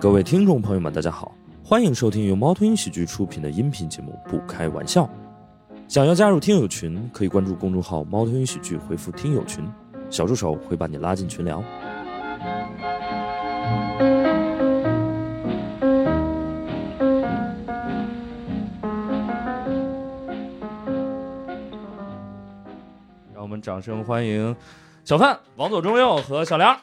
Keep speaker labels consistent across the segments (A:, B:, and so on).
A: 各位听众朋友们，大家好，欢迎收听由猫头鹰喜剧出品的音频节目《不开玩笑》。想要加入听友群，可以关注公众号“猫头鹰喜剧”，回复“听友群”，小助手会把你拉进群聊。让我们掌声欢迎小范、王左中右和小梁。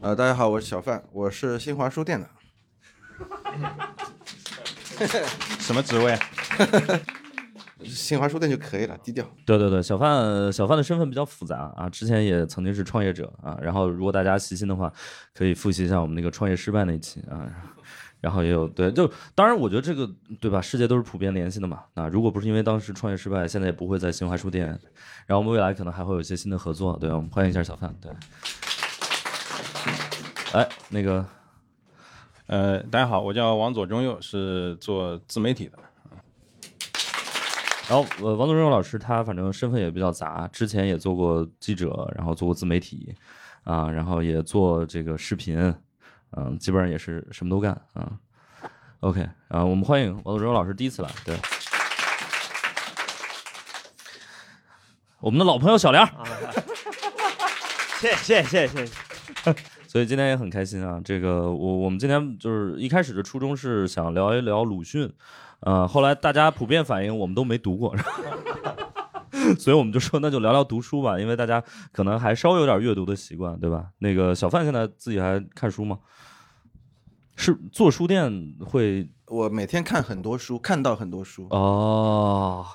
B: 呃，大家好，我是小范，我是新华书店的。
C: 什么职
A: 啊
C: 位？
B: 新华书店就可以了，低调。
A: 对对对，小范小范的身份比较复杂啊，之前也曾经是创业者啊，然后如果大家细心的话，可以复习一下我们那个创业失败那一期啊，然后也有对，就当然我觉得这个对吧，世界都是普遍联系的嘛，那如果不是因为当时创业失败，现在也不会在新华书店，然后我们未来可能还会有一些新的合作，对，我们欢迎一下小范，对，哎，那个
C: 呃，大家好，我叫王左中右，是做自媒体的。
A: 然后，呃，王宗荣老师他反正身份也比较杂，之前也做过记者，然后做过自媒体，啊，然后也做这个视频，嗯、基本上也是什么都干啊。OK，啊，我们欢迎王宗荣老师第一次来，对，我们的老朋友小梁，
D: 啊谢谢谢谢谢谢，
A: 所以今天也很开心啊。这个我我们今天就是一开始的初衷是想聊一聊鲁迅，呃，后来大家普遍反映我们都没读过， 所以我们就说那就聊聊读书吧，因为大家可能还稍微有点阅读的习惯，对吧？那个小范现在自己还看书吗？是做书店会
B: 我每天看很多书，看到很多书。
A: 哦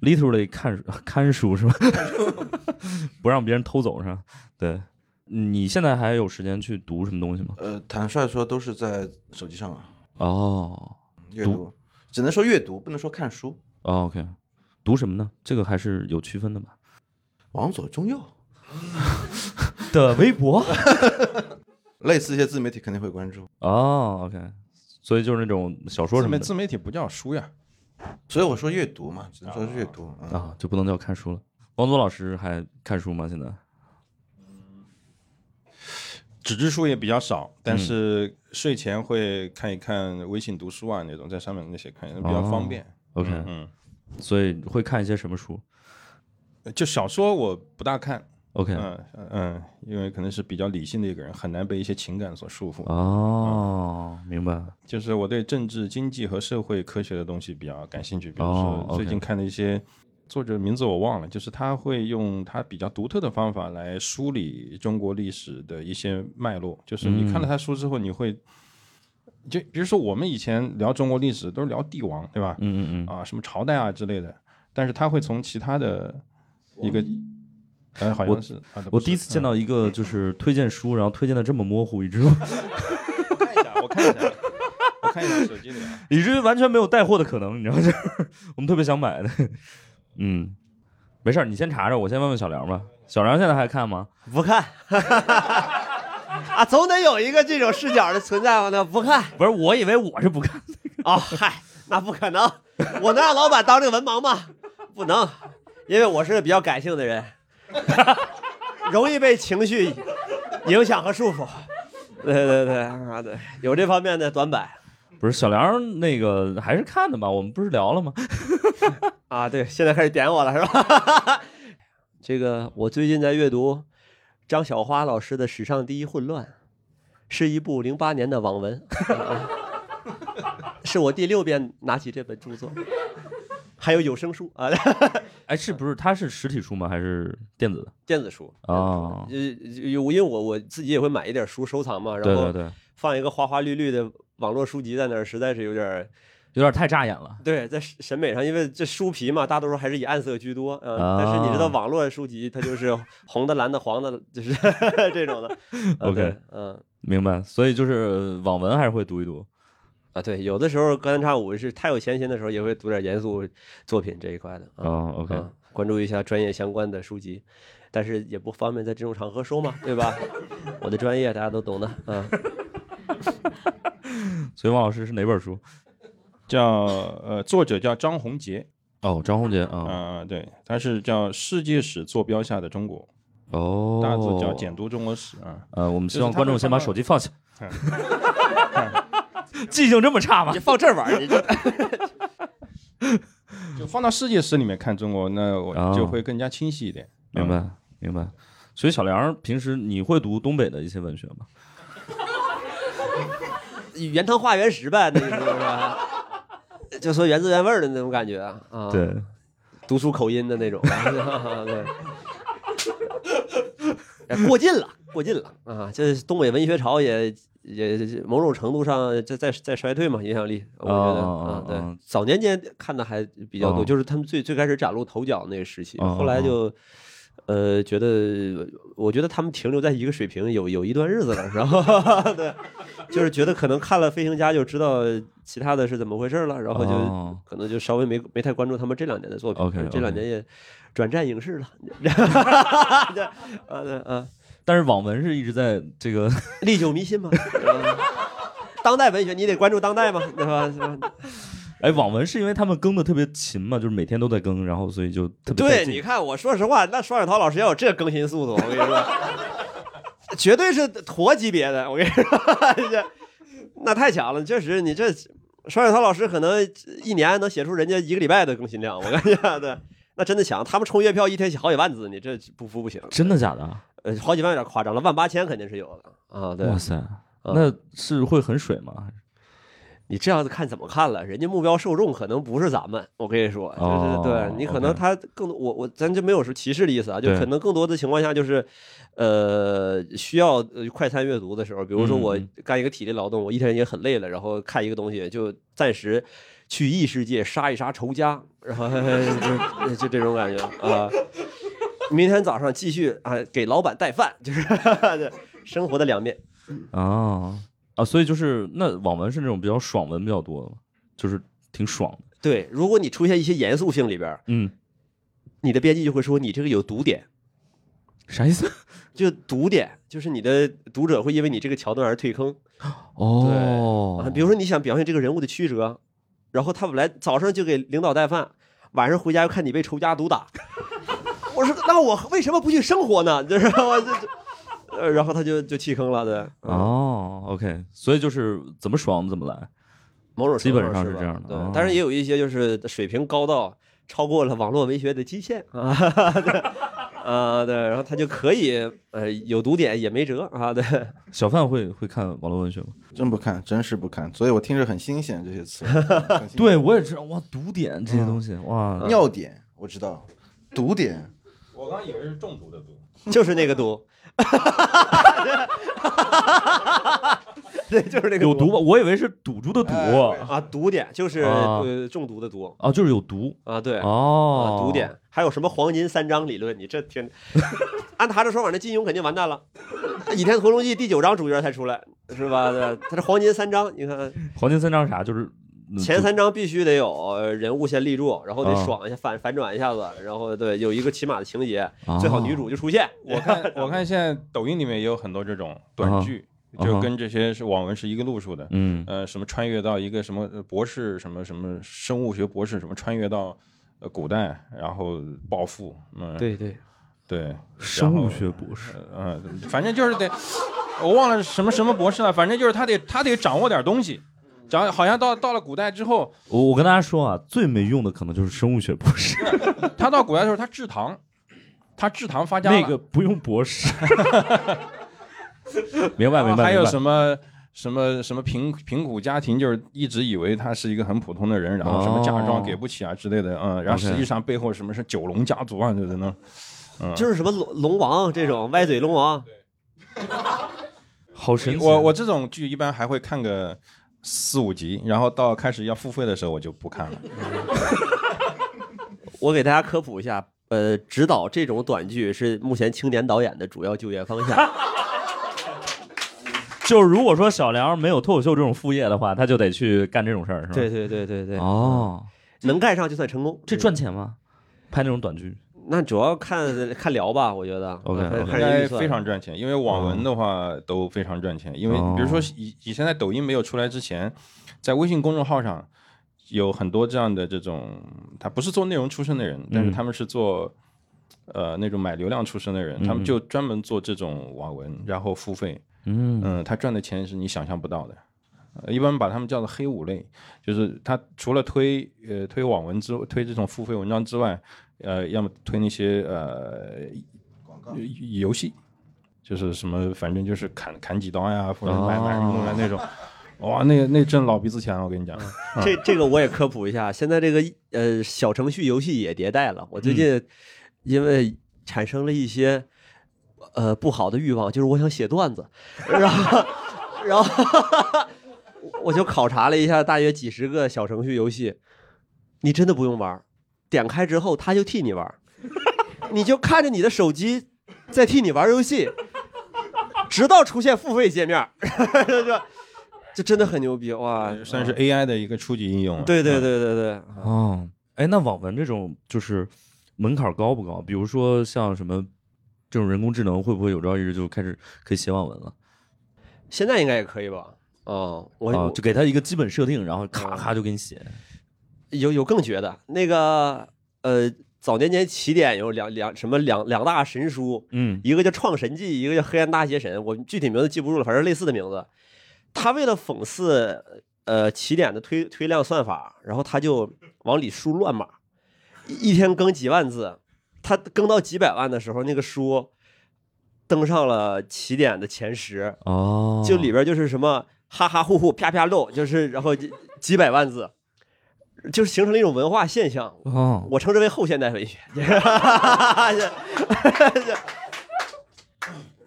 A: ，literally 看看书是吧？ 不让别人偷走是吧？对，你现在还有时间去读什么东西吗？
B: 呃，坦率说，都是在手机上啊，
A: 哦。
B: 阅读，只能说阅读，不能说看书。
A: 哦 OK，读什么呢？这个还是有区分的吧？
B: 往左中右，
A: 的微博
B: 类似一些自媒体肯定会关注，
A: 哦，OK，所以就是那种小说什
C: 自
A: 么
C: 媒
A: 的
C: 自媒体不叫书呀，
B: 所以我说阅读嘛，只能说是阅读。嗯、
A: 啊，就不能叫看书了。王佐老师还看书吗？现在？
C: 纸质书也比较少，但是睡前会看一看微信读书啊那种，在上面那些看比较方便。
A: 哦 OK，、
C: 嗯，
A: 所以会看一些什么书
C: 嗯就小说我不大看，
A: ？OK，、
C: 嗯嗯，因为可能是比较理性的一个人，很难被一些情感所束缚。
A: 哦，明白了。
C: 就是我对政治、经济和社会科学的东西比较感兴趣，比如
A: 哦
C: 说
A: ，OK
C: 最近看的一些作者名字我忘了，就是他会用他比较独特的方法来梳理中国历史的一些脉络。就是你
A: 嗯
C: 看了他书之后，你会就比如说我们以前聊中国历史都是聊帝王，对吧？
A: 嗯嗯嗯，
C: 啊，什么朝代啊之类的，但是他会从其他的一个，哎，好像是啊
A: 我第一次见，到一个就是推荐书，然后推荐的这么模糊，以至于
C: 都不是嗯我看一下，我看一下，我看一下手机里啊。
A: 以至于完全没有带货的可能，你知道吗？ 就是我们特别想买的，嗯，没事儿，你先查查，我先问问小梁吧。小梁现在还看吗？
D: 不看， 啊，总得有一个这种视角的存在吧？那不看
A: 不是，我以为我是不看。
D: 哦，嗨，那不可能，我能让老板当这个文盲吗？不能，因为我是个比较感性的人， 容易被情绪影响和束缚。对对对啊，对，有这方面的短板
A: 不是小梁那个还是看的吧？我们不是聊了吗？
D: 啊。对，现在开始点我了是 吧？这个我最近在阅读张晓花老师的《史上第一混乱》，是一部零八年的网文， 啊是我第六遍拿起这本著作，还有有声书啊，
A: 哎，是不是它是实体书吗？还是电子的？
D: 电子书
A: 哦
D: 呃，因为我我自己也会买一点书收藏嘛，
A: 对
D: 然
A: 对
D: 后
A: 对，
D: 放一个花花绿绿的网络书籍在那儿，实在是有点儿
A: 有点太扎眼了。
D: 对，在审审美上，因为这书皮嘛，大多数还是以暗色居多，嗯、
A: 啊
D: 但是你知道网络书籍，它就是红的、蓝的、黄的，就是 这种的。啊
A: OK
D: 对嗯。
A: 明白，所以就是网文还是会读一读。
D: 啊，对，有的时候隔三差五是太有闲心的时候，也会读点严肃作品这一块的。啊
A: 哦，OK，
D: 啊关注一下专业相关的书籍，但是也不方便在这种场合说嘛，对吧？ 我的专业大家都懂的，嗯。
A: 所以王老师是哪本书？
C: 叫呃，作者叫张宏杰，
A: 哦，张宏杰
C: 啊、
A: 啊，
C: 对，它是叫《世界史坐标下的中国》，
A: 哦，
C: 大字叫《简读中国史》啊。
A: 呃，我们希
C: 就是
A: 望
C: 他
A: 观众
C: 会
A: 先
C: 放
A: 把
C: 到
A: 手机放下。
B: 嗯
A: 记性这么差吗嗯
D: 你？放这儿玩儿，你 这
C: 就放到世界史里面看中国，那
A: 哦
C: 我就会更加清晰一点。
A: 明白，明白。所以小梁儿平时你会读东北的一些文学吗？
D: 原汤化原食呗，那意思就是吧，就说原汁原味儿的那种感觉啊，，
A: 对，
D: 读出口音的那 种，对，哎过劲了，过劲了啊！这东北文学潮也也某种程度上在在在衰退嘛，影响力，我觉得
A: 哦哦
D: 啊，
A: 哦
D: 对，早年间看的还比较
A: 哦
D: 多，就是他们最最开始崭露头角那个时期，
A: 哦哦
D: 后来就。呃，觉得我觉得他们停留在一个水平有有一段日子了， 然后对，就是觉得可能看了《飞行家》就知道其他的是怎么回事了，然后就
A: 哦
D: 可能就稍微没没太关注他们这两年的作品。
A: OK，OK
D: 这两年也转战影视了。对 啊对啊，
A: 但是网文是一直在这个，
D: 历久弥新嘛。啊当代文学你得关注当代嘛，对吧？是吧
A: 哎，网文是因为他们更的特别勤嘛，就是每天都在更，然后所以就特别带
D: 对，
A: 劲
D: 你看，我说实话，那双雪涛老师要有这更新速度，我跟你说， 绝对是驼级别的。我跟你说， 这那太强了，确实，你这双雪涛老师可能一年能写出人家一个礼拜的更新量，我感觉对。那真的强，他们冲月票一天写好几万字，你这不服不行。
A: 真的假的啊？
D: 呃，好几万有点夸张了，万八千肯定是有的啊。对
A: 哇塞，那是会很水吗？
D: 你这样子看怎么看了？人家目标受众可能不是咱们，我跟你说，就是、
A: 哦
D: 对你可
A: OK
D: 能他更多我我咱就没有说歧视的意思啊，就
A: 对
D: 可能更多的情况下就是，呃，需要呃快餐阅读的时候，比如说我
A: 嗯
D: 干一个体力劳动，我一天也很累了，然后看一个东西就暂时去异世界杀一杀仇家，然后 就就这种感觉啊。明天早上继续啊，给老板带饭，就是 对生活的两面。
A: 啊啊，所以就是那网文是那种比较爽文比较多的嘛，就是挺爽的。
D: 对，如果你出现一些严肃性里边儿，
A: 嗯，
D: 你的编辑就会说你这个有读点，
A: 啥意思？
D: 就读点，就是你的读者会因为你这个桥段而退坑
A: 哦
D: 啊。，比如说你想表现这个人物的曲折，然后他本来早上就给领导带饭，晚上回家又看你被仇家毒打， 我说那我为什么不去生活呢？ 就是我这这，呃，然后他就就弃坑了，对，嗯
A: 哦，OK，所以就是怎么爽怎么来。
D: 某种程度
A: 基本上是
D: 吧
A: 这样的
D: 对
A: 哦，
D: 当然也有一些就是水平高到超过了网络文学的极限啊， 对，啊对，然后他就可以呃有读点也没辙啊，对。
A: 小范会会看网络文学吗？
B: 真不看，真是不看，所以我听着很新鲜这 些词。很新鲜，
A: 对，我也知道哇，读点这些东西哇，
D: 嗯
B: 尿点我知道，毒点
C: 我刚以为是中毒的毒，
D: 就是那个毒，对，就是那个
A: 有毒吧？我以为是堵住的堵
B: 哎
D: 啊，毒点就是、
A: 啊
D: 呃中毒的毒
A: 啊，就是有毒
D: 啊，对
A: 哦
D: 啊，，毒点，还有什么黄金三章理论？你这天， 按他这说法，那金庸肯定完蛋了，《倚天屠龙记》第九章主角才出来是吧？对，他这黄金三章，你看
A: 黄金三章啥？就是嗯
D: 前
A: 就
D: 三章必须得有呃人物先立住，然后得
A: 啊
D: 爽一下反反转一下子，然后对有一个骑马的情节，
A: 啊
D: 最好女主就出现，
C: 我看我看现在抖音里面也有很多这种短剧，
A: 啊哈
C: 就跟这些是网文是一个路数的。
A: 嗯
C: 呃，什么穿越到一个什么呃博士，什么什么生物学博士，什么穿越到呃古代，然后暴富，嗯，
D: 对对，
C: 对，
A: 生物学博士
C: 嗯、呃，反正就是得，我忘了什么什么博士了，反正就是他得他得掌握点东西，掌好像到到了古代之后，
A: 我我跟大家说啊，最没用的可能就是生物学博士，
C: 他到古代的时候他制糖，他制糖发家了
A: 那个不用博士。 明白明白明白，
C: 还有什么什么什么贫贫苦家庭，就是一直以为他是一个很普通的人，然后什么嫁妆给不起啊之类的，嗯，然
A: 哦 OK
C: 后实际上背后什么是九龙家族啊，就是呢，嗯，
D: 就是什么龙龙王这
C: 啊
D: 种歪嘴龙王，
A: 好神奇啊？
C: 我我这种剧一般还会看个四五集，然后到开始要付费的时候我就不看了。
D: 我给大家科普一下，呃，指导这种短剧是目前青年导演的主要就业方向。
A: 就是如果说小梁没有脱口秀这种副业的话，他就得去干这种事儿，是吧？
D: 对对对对，
A: 哦，
D: 能盖上就算成功。
A: 这赚钱吗？拍那种短剧
D: 那主要看看聊吧，我觉得
A: OK，OK
D: 看
C: 应
D: 人
C: 该
D: 预算
C: 非常赚钱，因为
A: 哦
C: 网文的话都非常赚钱，因为比如说以以前在抖音没有出来之前，在微信公众号上有很多这样的这种，他不是做内容出身的人，但是
A: 嗯
C: 他们是做呃那种买流量出身的人，他
A: 嗯
C: 们就专门做这种网文，然后付费，
A: 嗯
C: 嗯，他赚的钱是你想象不到的。呃一般把他们叫做黑五类，就是他除了推呃推网文之推这种付费文章之外，呃，要么推那些呃游游戏，就是什么反正就是砍砍几刀呀，或者买
A: 哦
C: 买什么东西那种，哇，那那挣老鼻子钱了，我跟你
A: 嗯
C: 讲。
D: 这
C: 嗯
D: 这个我也科普一下，现在这个呃小程序游戏也迭代了。我最
C: 嗯
D: 近因为产生了一些呃不好的欲望，就是我想写段子，然后然后我就考察了一下，大约几十个小程序游戏，你真的不用玩儿，点开之后他就替你玩儿，你就看着你的手机在替你玩儿游戏，直到出现付费界面儿， 这这真的很牛逼哇！
C: 算是 AI 的一个初级应
A: 嗯
C: 用了。
D: 对对对对对，
A: 哦，哎，那网文这种就是门槛高不高？比如说像什么这种人工智能，会不会有朝一日就开始可以写网文了？
D: 现在应该也可以吧？哦，我、
A: 啊，
D: 我
A: 就给他一个基本设定，然后咔咔就给你写。
D: 有有更绝的那个呃，早年间起点有两两什么两两大神书，
A: 嗯
D: 一个叫《创神记》，一个叫《黑暗大邪神》，我具体名字记不住了，反正类似的名字。他为了讽刺呃起点的推推量算法，然后他就往里输乱码，一一天更几万字。他更到几百万的时候，那个书登上了起点的前十。
A: 哦，
D: 就里边就是什么哈哈呼呼啪啪漏，就是然后几几百万字，就是形成了一种文化现象，
A: 哦，
D: 我称之为后现代文 学。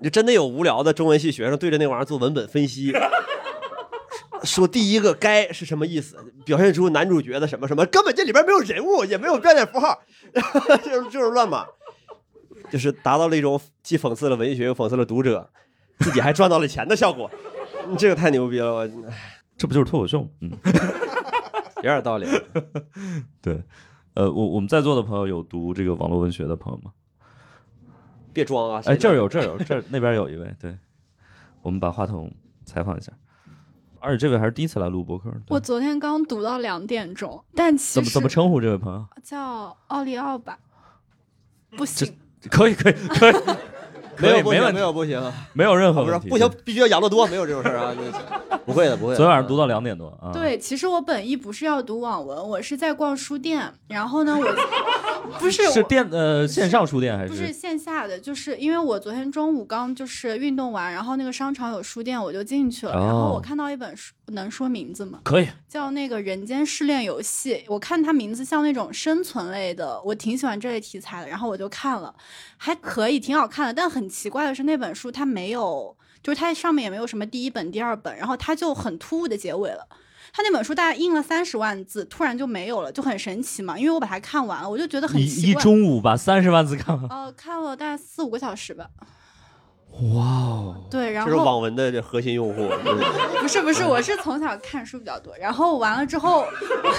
D: 就真的有无聊的中文系学生对着那玩意儿做文本分析，说第一个“该”是什么意思，表现出男主角的什么什么，根本这里边没有人物，也没有标点符号， 就是就是乱码，就是达到了一种既讽刺了文学，又讽刺了读者，自己还赚到了钱的效 果，嗯这个太牛逼了，我唉
A: 这不就是脱口秀吗？嗯，
D: 有点道理。
A: 对。呃，我我们在座的朋友有读这个网络文学的朋友吗？
D: 别装啊！
A: 哎，这儿
D: 儿
A: 有，这儿有， 这儿那边有一位，对，我们把话筒采访一下。而且这位还是第一次来录播客，对
E: 我昨天刚读到两点钟，但其实
A: 怎么怎么称呼这位朋友？
E: 叫奥利奥吧？不行，
A: 可以，可以，可以，
D: 没
A: 可以，
D: 有不
A: 没
D: 行
A: 问
D: 没
A: 题，
D: 有不行啊，
A: 没有任何
D: 不是
A: 问题。
D: 不行，必须要养乐多，没有这种事儿啊，不会的不会的。
A: 昨天晚上读到两点多啊。，
E: 对，其实我本意不是要读网文，我是在逛书店，然后呢， 我不是
A: 是
E: 我
A: 电呃线上书店还
E: 不是线下的，就是因为我昨天中午刚就是运动完，然后那个商场有书店，我就进去了，然后
A: 哦
E: 我看到一本书，能说名字吗？
A: 可以，
E: 叫那个《人间试炼游戏》，我看它名字像那种生存类的，我挺喜欢这类题材的，然后我就看了，还可以，挺好看的。但很奇怪的是，那本书它没有，就是它上面也没有什么第一本、第二本，然后它就很突兀的结尾了。它那本书大概印了三十万字，突然就没有了，就很神奇嘛。因为我把它看完了，我就觉得很
A: 一
E: 奇
A: 一
E: 怪。
A: 中午把三十万字看完。
E: 呃，看了大概四五个小时吧。
A: 哇哦，
E: 对，然
D: 这
E: 后
D: 是网文的这核心用户，嗯就 是
E: 不是不是，我是从小看书比较多，然后完了之后，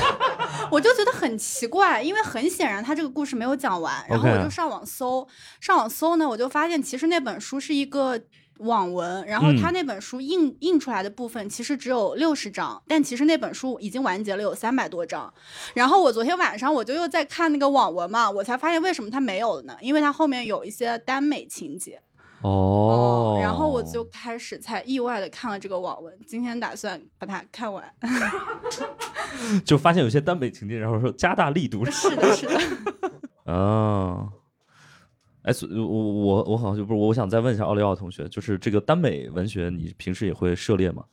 E: 我就觉得很奇怪，因为很显然他这个故事没有讲完，然后
A: OK
E: 我就上网搜，上网搜呢，我就发现其实那本书是一个。网文，然后
A: 嗯
E: 他那本书印、印出来的部分其实只有六十章，但其实那本书已经完结了有三百多章。然后我昨天晚上我就又在看那个网文嘛，我才发现为什么它没有了呢？因为它后面有一些耽美情节。
A: 哦，
E: 然后我就开始才意外的看了这个网文，今天打算把它看完。
A: 就发现有些耽美情节，然后说加大力度。
E: 是的，是的，
A: 啊，哎，所以我我我好像就不是，我想再问一下奥利奥同学，就是这个耽美文学，你平时也会涉猎吗？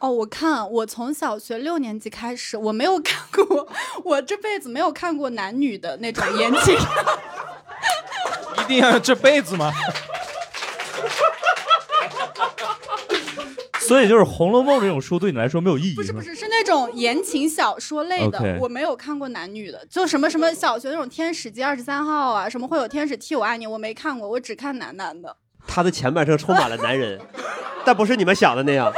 E: 哦，我看我从小学六年级开始，我没有看过，我这辈子没有看过男女的那种言情。
C: 一定要这辈子吗？
A: 所以就是《红楼梦》这种书对你来说没有意义，
E: 不是不
A: 吧
E: 是，是那种言情小说类的
A: OK
E: 我没有看过男女的，就什么什么小学那种《天使街二十三号》啊，什么会有天使替我爱你，我没看过，我只看男男的。
D: 他的前半生充满了男人，但不是你们想的那样。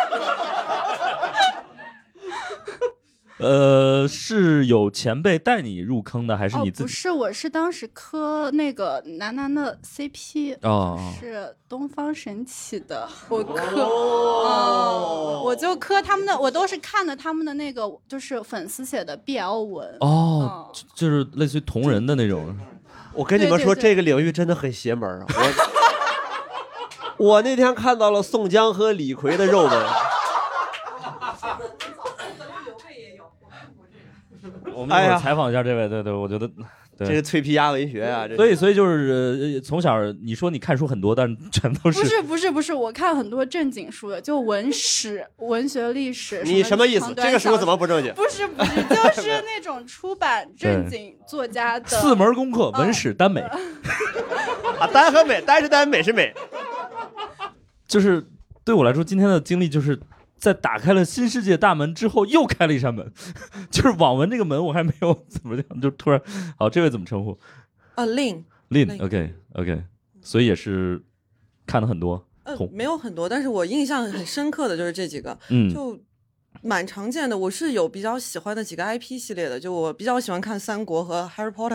A: 呃，是有前辈带你入坑的，还是
E: 哦
A: 你，自
E: 不
A: 己？
E: 是，我是当时磕那个男男的 CP，、
A: 哦
E: 是东方神起的， 我磕，哦、我就磕他们的，我都是看的他们的那个，就是粉丝写的 BL 文。
A: 哦，就就是类似于同人的那种。
D: 我跟你们说，
E: 嗯对对对
D: 这个领域真的很邪门儿啊！我我那天看到了宋江和李逵的肉文，
A: 我们
D: 哎
A: 一会
D: 呀
A: 儿采访一下这位，对对，我觉得对。
D: 这是脆皮鸭文学啊！这
A: 所以，所以就是呃从小你说你看书很多，但全都
E: 不是不是不是，我看很多正经书的，就文 史、文学历史。
D: 你什么意思
E: 长？短
D: 这个
E: 小
D: 书怎么不正经？
E: 不是不是，就是那种出版正经作家的
A: 四门功课，文史、耽美，
F: 嗯
D: 啊，单和美，单是单，美是美。
A: 就是对我来说，今天的经历就是在打开了新世界大门之后，又开了一扇门， 就是网文这个门，我还没有怎么样，就突然，好，这位怎么称呼
F: 呃令，Lin
A: ？Lin，OK OK，所以也是看了很多，
F: 呃
A: 同
F: 没有很多，但是我印象很深刻的就是这几个，
A: 嗯
F: 就蛮常见的。我是有比较喜欢的几个 IP 系列的，就我比较喜欢看《三国》和《Harry Potter》，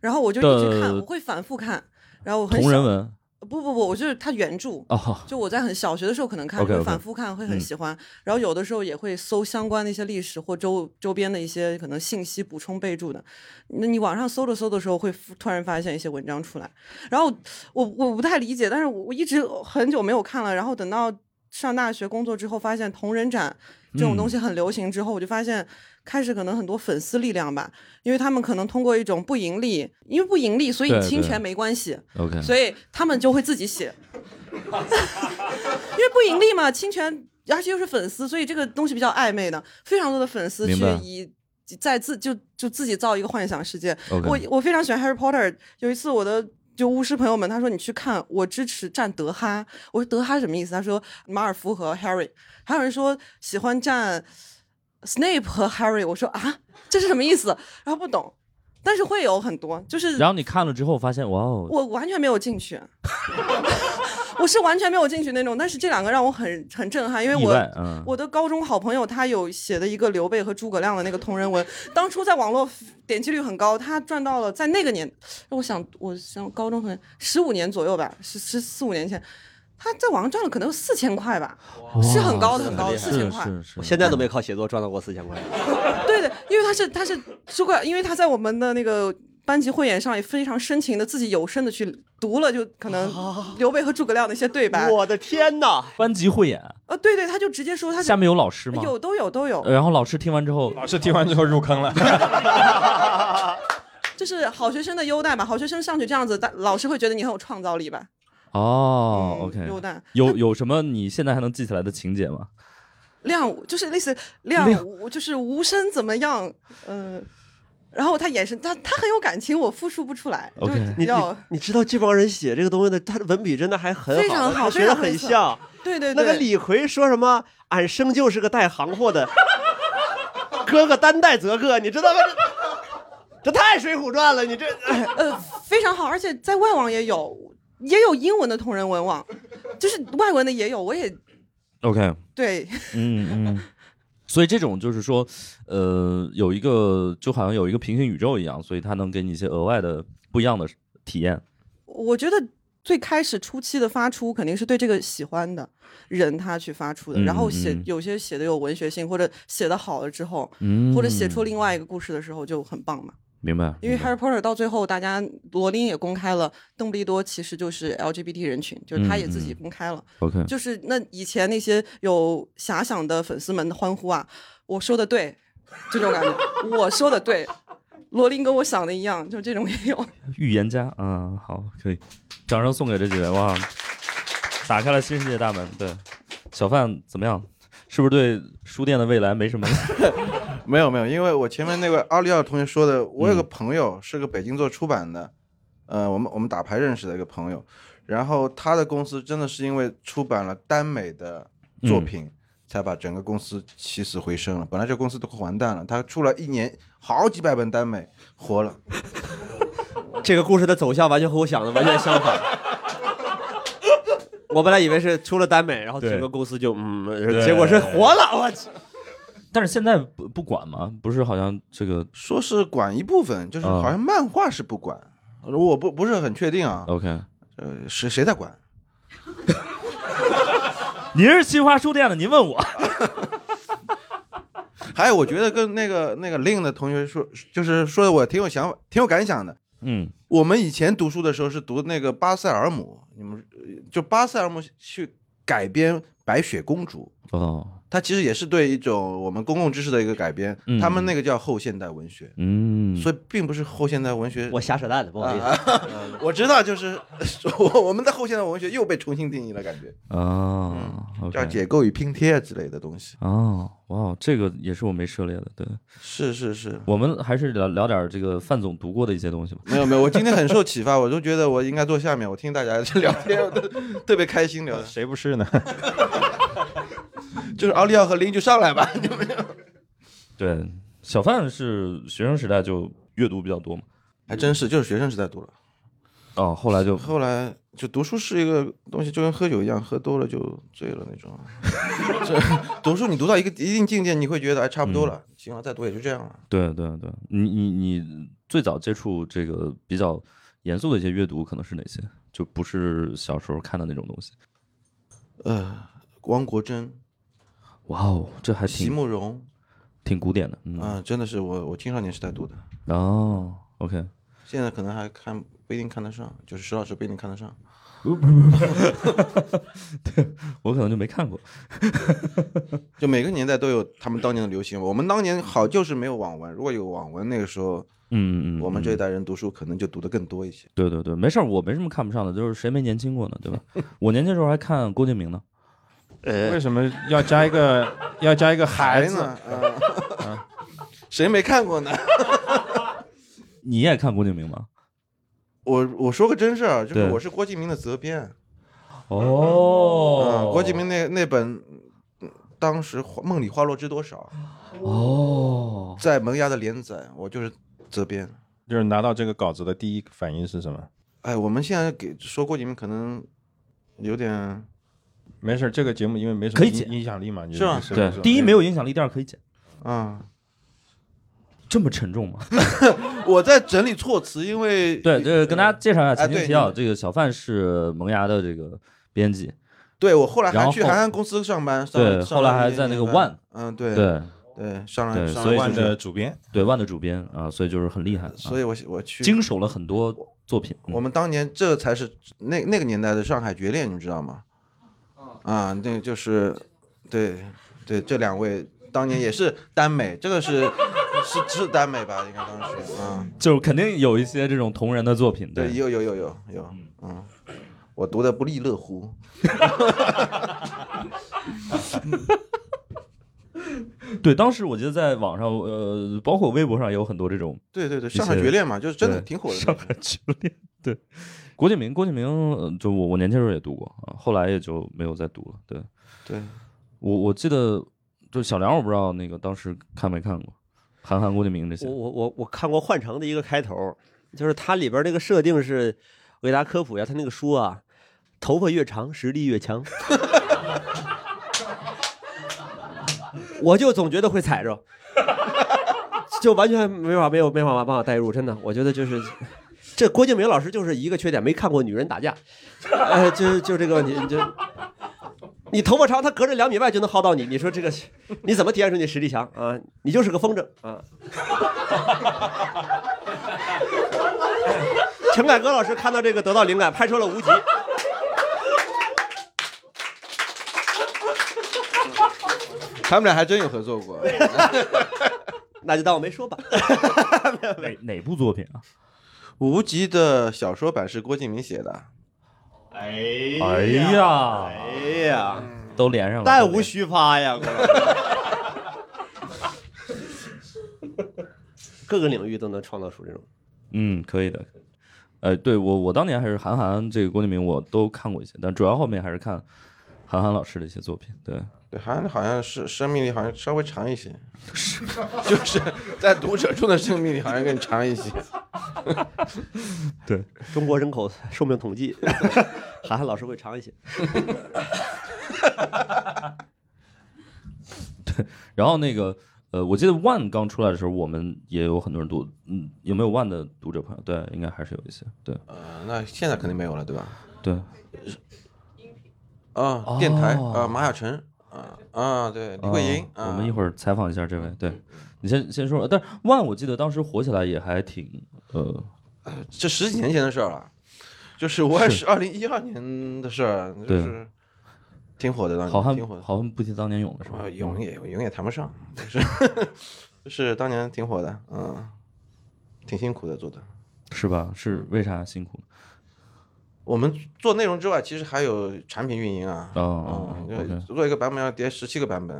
F: 然后我就一直看，我
A: 的
F: 会反复看。然后我很
A: 同人
F: 小
A: 文
F: 不不不，我就是它原著。
A: 哦，
F: 就我在很小学的时候可能看
A: OK，OK
F: 会反复看，会很
A: 嗯
F: 喜欢。然后有的时候也会搜相关的一些历史或周周边的一些可能信息补充备注的。那你网上搜着搜的时候，会突然发现一些文章出来。然后我我不太理解，但是我我一直很久没有看了。然后等到上大学工作之后，发现同人展这种东
A: 嗯
F: 西很流行之后，我就发现开始可能很多粉丝力量吧，因为他们可能通过一种不盈利，因为不盈利，所以
A: 对
F: 你侵
A: 对
F: 权没关系。
A: OK，
F: 所以他们就会自己写， 因为不盈利嘛，侵权，而且又是粉丝，所以这个东西比较暧昧的，非常多的粉丝
A: 明
F: 去
A: 白
F: 以。在自就就自己造一个幻想世界。
A: OK
F: 我我非常喜欢 Harry Potter。有一次，我的就巫师朋友们他说你去看，我支持站德哈。我说德哈什么意思？他说马尔福和 Harry。还有人说喜欢站 Snape 和 Harry。我说啊，这是什么意思？然后不懂，但是会有很多，就是
A: 然后你看了之后发现，哇哦，
F: 我完全没有进去， 我是完全没有进去那种。但是这两个让我很很震撼，因为
A: 意
F: 我
A: 外，嗯，
F: 我的高中好朋友他有写的一个刘备和诸葛亮的那个同人文，当初在网络点击率很高，他赚到了在那个年，我想我想高中可能十五年左右吧，十十四五年前，他在网上赚了可能有四千块吧，是很高的很高的四千
A: 是
F: 块。
A: 是是，
D: 我现在都没靠写作赚到过四千块。
F: 对的，因为他是他是诸葛，因为他在我们的那个班级汇演上也非常深情的自己有声的去读了，就可能刘备和诸葛亮的一些对白。
D: 哦我的天哪！
A: 班级汇演，
F: 呃，对对，他就直接说他
A: 下面有老师吗？呃
F: 有都有都有，
A: 然后老师听完之后，
C: 老师听完之后入坑了，
F: 就是好学生的优待嘛，好学生上去这样子，但老师会觉得你很有创造力吧？
A: 哦
F: 嗯
A: ，OK，
F: 优待
A: 有有什么你现在还能记起来的情节吗？
F: 亮武就是类似亮武，就是无声怎么样？嗯。然后他眼神，他他很有感情，我复述不出来，就
A: OK
F: 是比
D: 你
F: 较
D: 你知道这帮人写这个东西的，他的文笔真的还很
F: 非常好
D: 他学的很
F: 非常
D: 像。
F: 对对
D: 那
F: 对。
D: 个李逵说什么？俺生就是个带行货的，哥哥担待则个，你知道吗？这这太《水浒传》了，你这。哎
F: 呃，非常好，而且在外网也有，也有英文的同人文网，就是外文的也有，我也
A: OK，
F: 对，
A: 嗯嗯。 所以这种就是说，呃，有一个就好像有一个平行宇宙一样，所以它能给你一些额外的不一样的体验。
F: 我觉得最开始初期的发出肯定是对这个喜欢的人他去发出的，然后写
A: 嗯嗯嗯
F: 有些写的有文学性，或者写的好了之后，
A: 嗯
F: 或者写出另外一个故事的时候就很棒嘛。
A: 明白，
F: 因为
A: 明白
F: Harry Potter 到最后，大家罗琳也公开了，邓布利多其实就是 LGBT 人群，就是他也自己
A: 嗯嗯
F: 公开了。
A: OK，
F: 就是那以前那些有遐想的粉丝们的欢呼啊，我说的对，这种感觉，我说的对，罗琳跟我想的一样，就这种也有。
A: 预言家，嗯，好，可以，掌声送给这几位，哇，打开了新世界大门。对，小范怎么样？是不是对书店的未来没什么？
B: 没有没有，因为我前面那位 奥利奥同学说的，我
D: 嗯
B: 有个朋友是个北京做出版的，呃，我们我们打牌认识的一个朋友，然后他的公司真的是因为出版了耽美的作品，
D: 嗯
B: 才把整个公司起死回生了。本来这公司都快完蛋了，他出了一年好几百本耽美，活了。
D: 这个故事的走向完全和我想的完全相反。我本来以为是出了耽美，然后
A: 对
D: 整个公司就嗯，
A: 对
D: 结果是活了，我去。
A: 但是现在不不管嘛，不是好像这个
B: 说是管一部分，就是
A: 啊
B: 好像漫画是不管，我不不是很确定啊，
A: OK？
B: 呃，谁谁在 管？
A: 您是新华书店的，您问我。
B: 还有，我觉得跟那个那个 Lin 的同学说，就是说的我挺有想法，挺有感想的。
A: 嗯，
B: 我们以前读书的时候是读那个巴塞尔姆，你们呃就巴塞尔姆去改编《白雪公主》，
A: 哦，
B: 它其实也是对一种我们公共知识的一个改编。
A: 嗯
B: 他们那个叫后现代文学，
A: 嗯，
B: 所以并不是后现代文学。啊
D: 我瞎扯淡的，不好意思。
B: 我知道，就是 我我们的后现代文学又被重新定义了，感觉
A: 哦，OK，
B: 嗯叫解构与拼贴之类的东西。
A: 哦，哇，这个也是我没涉猎的。对，
B: 是是是，
A: 我们还是聊聊点这个范总读过的一些东西吧。
B: 没有没有，我今天很受启发，我就觉得我应该坐下面，我听大家聊天，我都特别开心聊的。
C: 谁不是呢？
B: 就是奥利奥和林就上来 吧，你们。
A: 对，小范是学生时代就阅读比较多嘛。
B: 还真是，就是学生时代读了，
A: 哦，后来就
B: 后来就读书是一个东西，就跟喝酒一样，喝多了就醉了那 种。这读书你读到一个一定境界，你会觉得哎差不多了，行了，再读也就这样了。
A: 对对对，你你你最早接触这个比较严肃的一些阅读，可能是哪些？就不是小时候看的那种东西。
B: 呃，王国珍、
A: 哇哦，这还
B: 席
A: 挺
B: 慕容
A: 挺古典的。嗯，
B: 啊、真的是我我青少年时代读的，
A: 哦，OK，
B: 现在可能还看不一定看得上，就是石老师不一定看得上。
A: 我可能就没看过。
B: 就每个年代都有他们当年的流行，我们当年好就是没有网文，如果有网文，那个时候
A: 嗯嗯嗯，
B: 我们这
A: 嗯
B: 一代人读书可能就读的更多一些。
A: 对对对，没事儿，我没什么看不上的，就是谁没年轻过呢，对吧？ 我年轻时候还看郭敬明呢。
C: 为什么要加一个要加一个孩
B: 呃呢？
C: 子？
B: 啊，谁没看过呢？
A: 你也看郭敬明吗？
B: 我我 说个真事儿，啊就是
A: 对
B: 我是郭敬明的责编，
A: 哦
B: 嗯，郭敬明那那本，嗯当时花《梦里花落知多少
A: 哦》，
B: 在萌芽的连载，我就是责编。
C: 就是拿到这个稿子的第一反应是什么？
B: 哎，我们现在给说郭敬明可能有点
C: 没事儿，这个节目因为没什
A: 可
C: 么
A: 以剪
C: 影影响力嘛，你
B: 是吧
C: 就
A: 对，第一没有影响力，第二可以剪。
B: 啊，
A: 这么沉重吗？
B: 我在整理措辞，因为
A: 对，这个跟大家介绍一下前
B: 哎
A: 情
B: 对
A: 提要，
B: 你
A: 这个小范是萌芽的这个编辑，
B: 对我后来还去
A: 然后
B: 韩寒公司上班，上
A: 对
B: 上
A: 后来
B: 了
A: 还
B: 一
A: 在那个
B: 年班
A: One
B: 嗯，对
A: 对
B: 对，上
A: 对
B: 了上
A: 所
B: 了
A: 以
C: 万
B: One
C: 的主编，
A: 对万的主编啊，所以就是很厉害，啊
B: 所以我我去
A: 经手了很多作品。嗯
B: 我们当年这才是那那个年代的上海决恋，你知道吗？啊，那个就是，对对，这两位当年也是耽美，这个是是是耽美吧？应该当时啊，
A: 就是肯定有一些这种同人的作品，
B: 对，有有有有有，嗯，我读的不亦乐乎。
A: 对，当时我记得在网上，呃，包括微博上也有很多这种
B: 对对对，
A: 些
B: 上海决恋嘛，就是真的
A: 对
B: 挺火的
A: 上海
B: 那时
A: 决恋。对，郭敬明，郭敬明，呃就我我年轻时候也读过啊，后来也就没有再读了。对
B: 候。对，
A: 我我记得，就小梁，我不知道那个当时看没看过，韩寒、郭敬明这些
D: 我。我我我看过《幻城》的一个开头，就是它里边那个设定是，我给大家科普一下，它那个书啊，头发越长，实力越强。 我就总觉得会踩着，就完全没法没有没法把我带入，真的，我觉得就是。这郭敬明老师就是一个缺点，没看过女人打架，呃，就就这个问题，你就你头发长，他隔着两米外就能薅到你，你说这个你怎么体现出你实力强啊？你就是个风筝啊！陈凯歌老师看到这个得到灵感，拍出了《无极》。
B: 他们俩还真有合作 过。
D: 那就当我没说吧。
A: 哪哪部作品啊？
B: 无极的小说版是郭敬明写的，
A: 哎呀，
D: 哎呀，
A: 都连上了，
D: 弹
A: 都连
D: 无虚发呀！郭 老师各个领域都能创造出这种。
A: 嗯，可以的。呃，对我我当年还是韩寒这个郭敬明我都看过一些，但主要后面还是看韩寒老师的一些作品。对，
B: 对，韩寒好像是生命力好像稍微长 一些，是，就是在读者中的生命力好像更长 一些。啊
D: 中国人口寿命统 计，韩 寒老师会长一些。
A: 然后那个呃，我记得 One 刚出来的时候，我们也有很多人读，嗯，有没有 One 的读者朋友？对，应该还是有一些。对
B: 呃，那现在肯定没有了，对吧？
A: 对，
B: 啊、
A: 哦
B: 电台啊、马晓晨啊啊，对，李慧莹
A: 哦、
B: 啊，嗯
A: 我们一会儿采访一下这位。对你先先说，但是 One 我记得当时火起来也还挺呃，
B: 这十几年前的事儿了，就是我也是啊二零一二年的事儿，就
A: 对
B: 是挺火的当
A: 好
B: 年，
A: 汉
B: 挺火的。
A: 好汉不提当年勇了是吧
B: 啊，？勇也勇也谈不上，就是 就是当年挺火的，嗯，挺辛苦的做的。
A: 是吧？是为啥辛苦？
B: 我们做内容之外，其实还有产品运营啊，
A: 哦
B: 嗯
A: 哦，OK
B: 就做一个版本要叠十七个版本，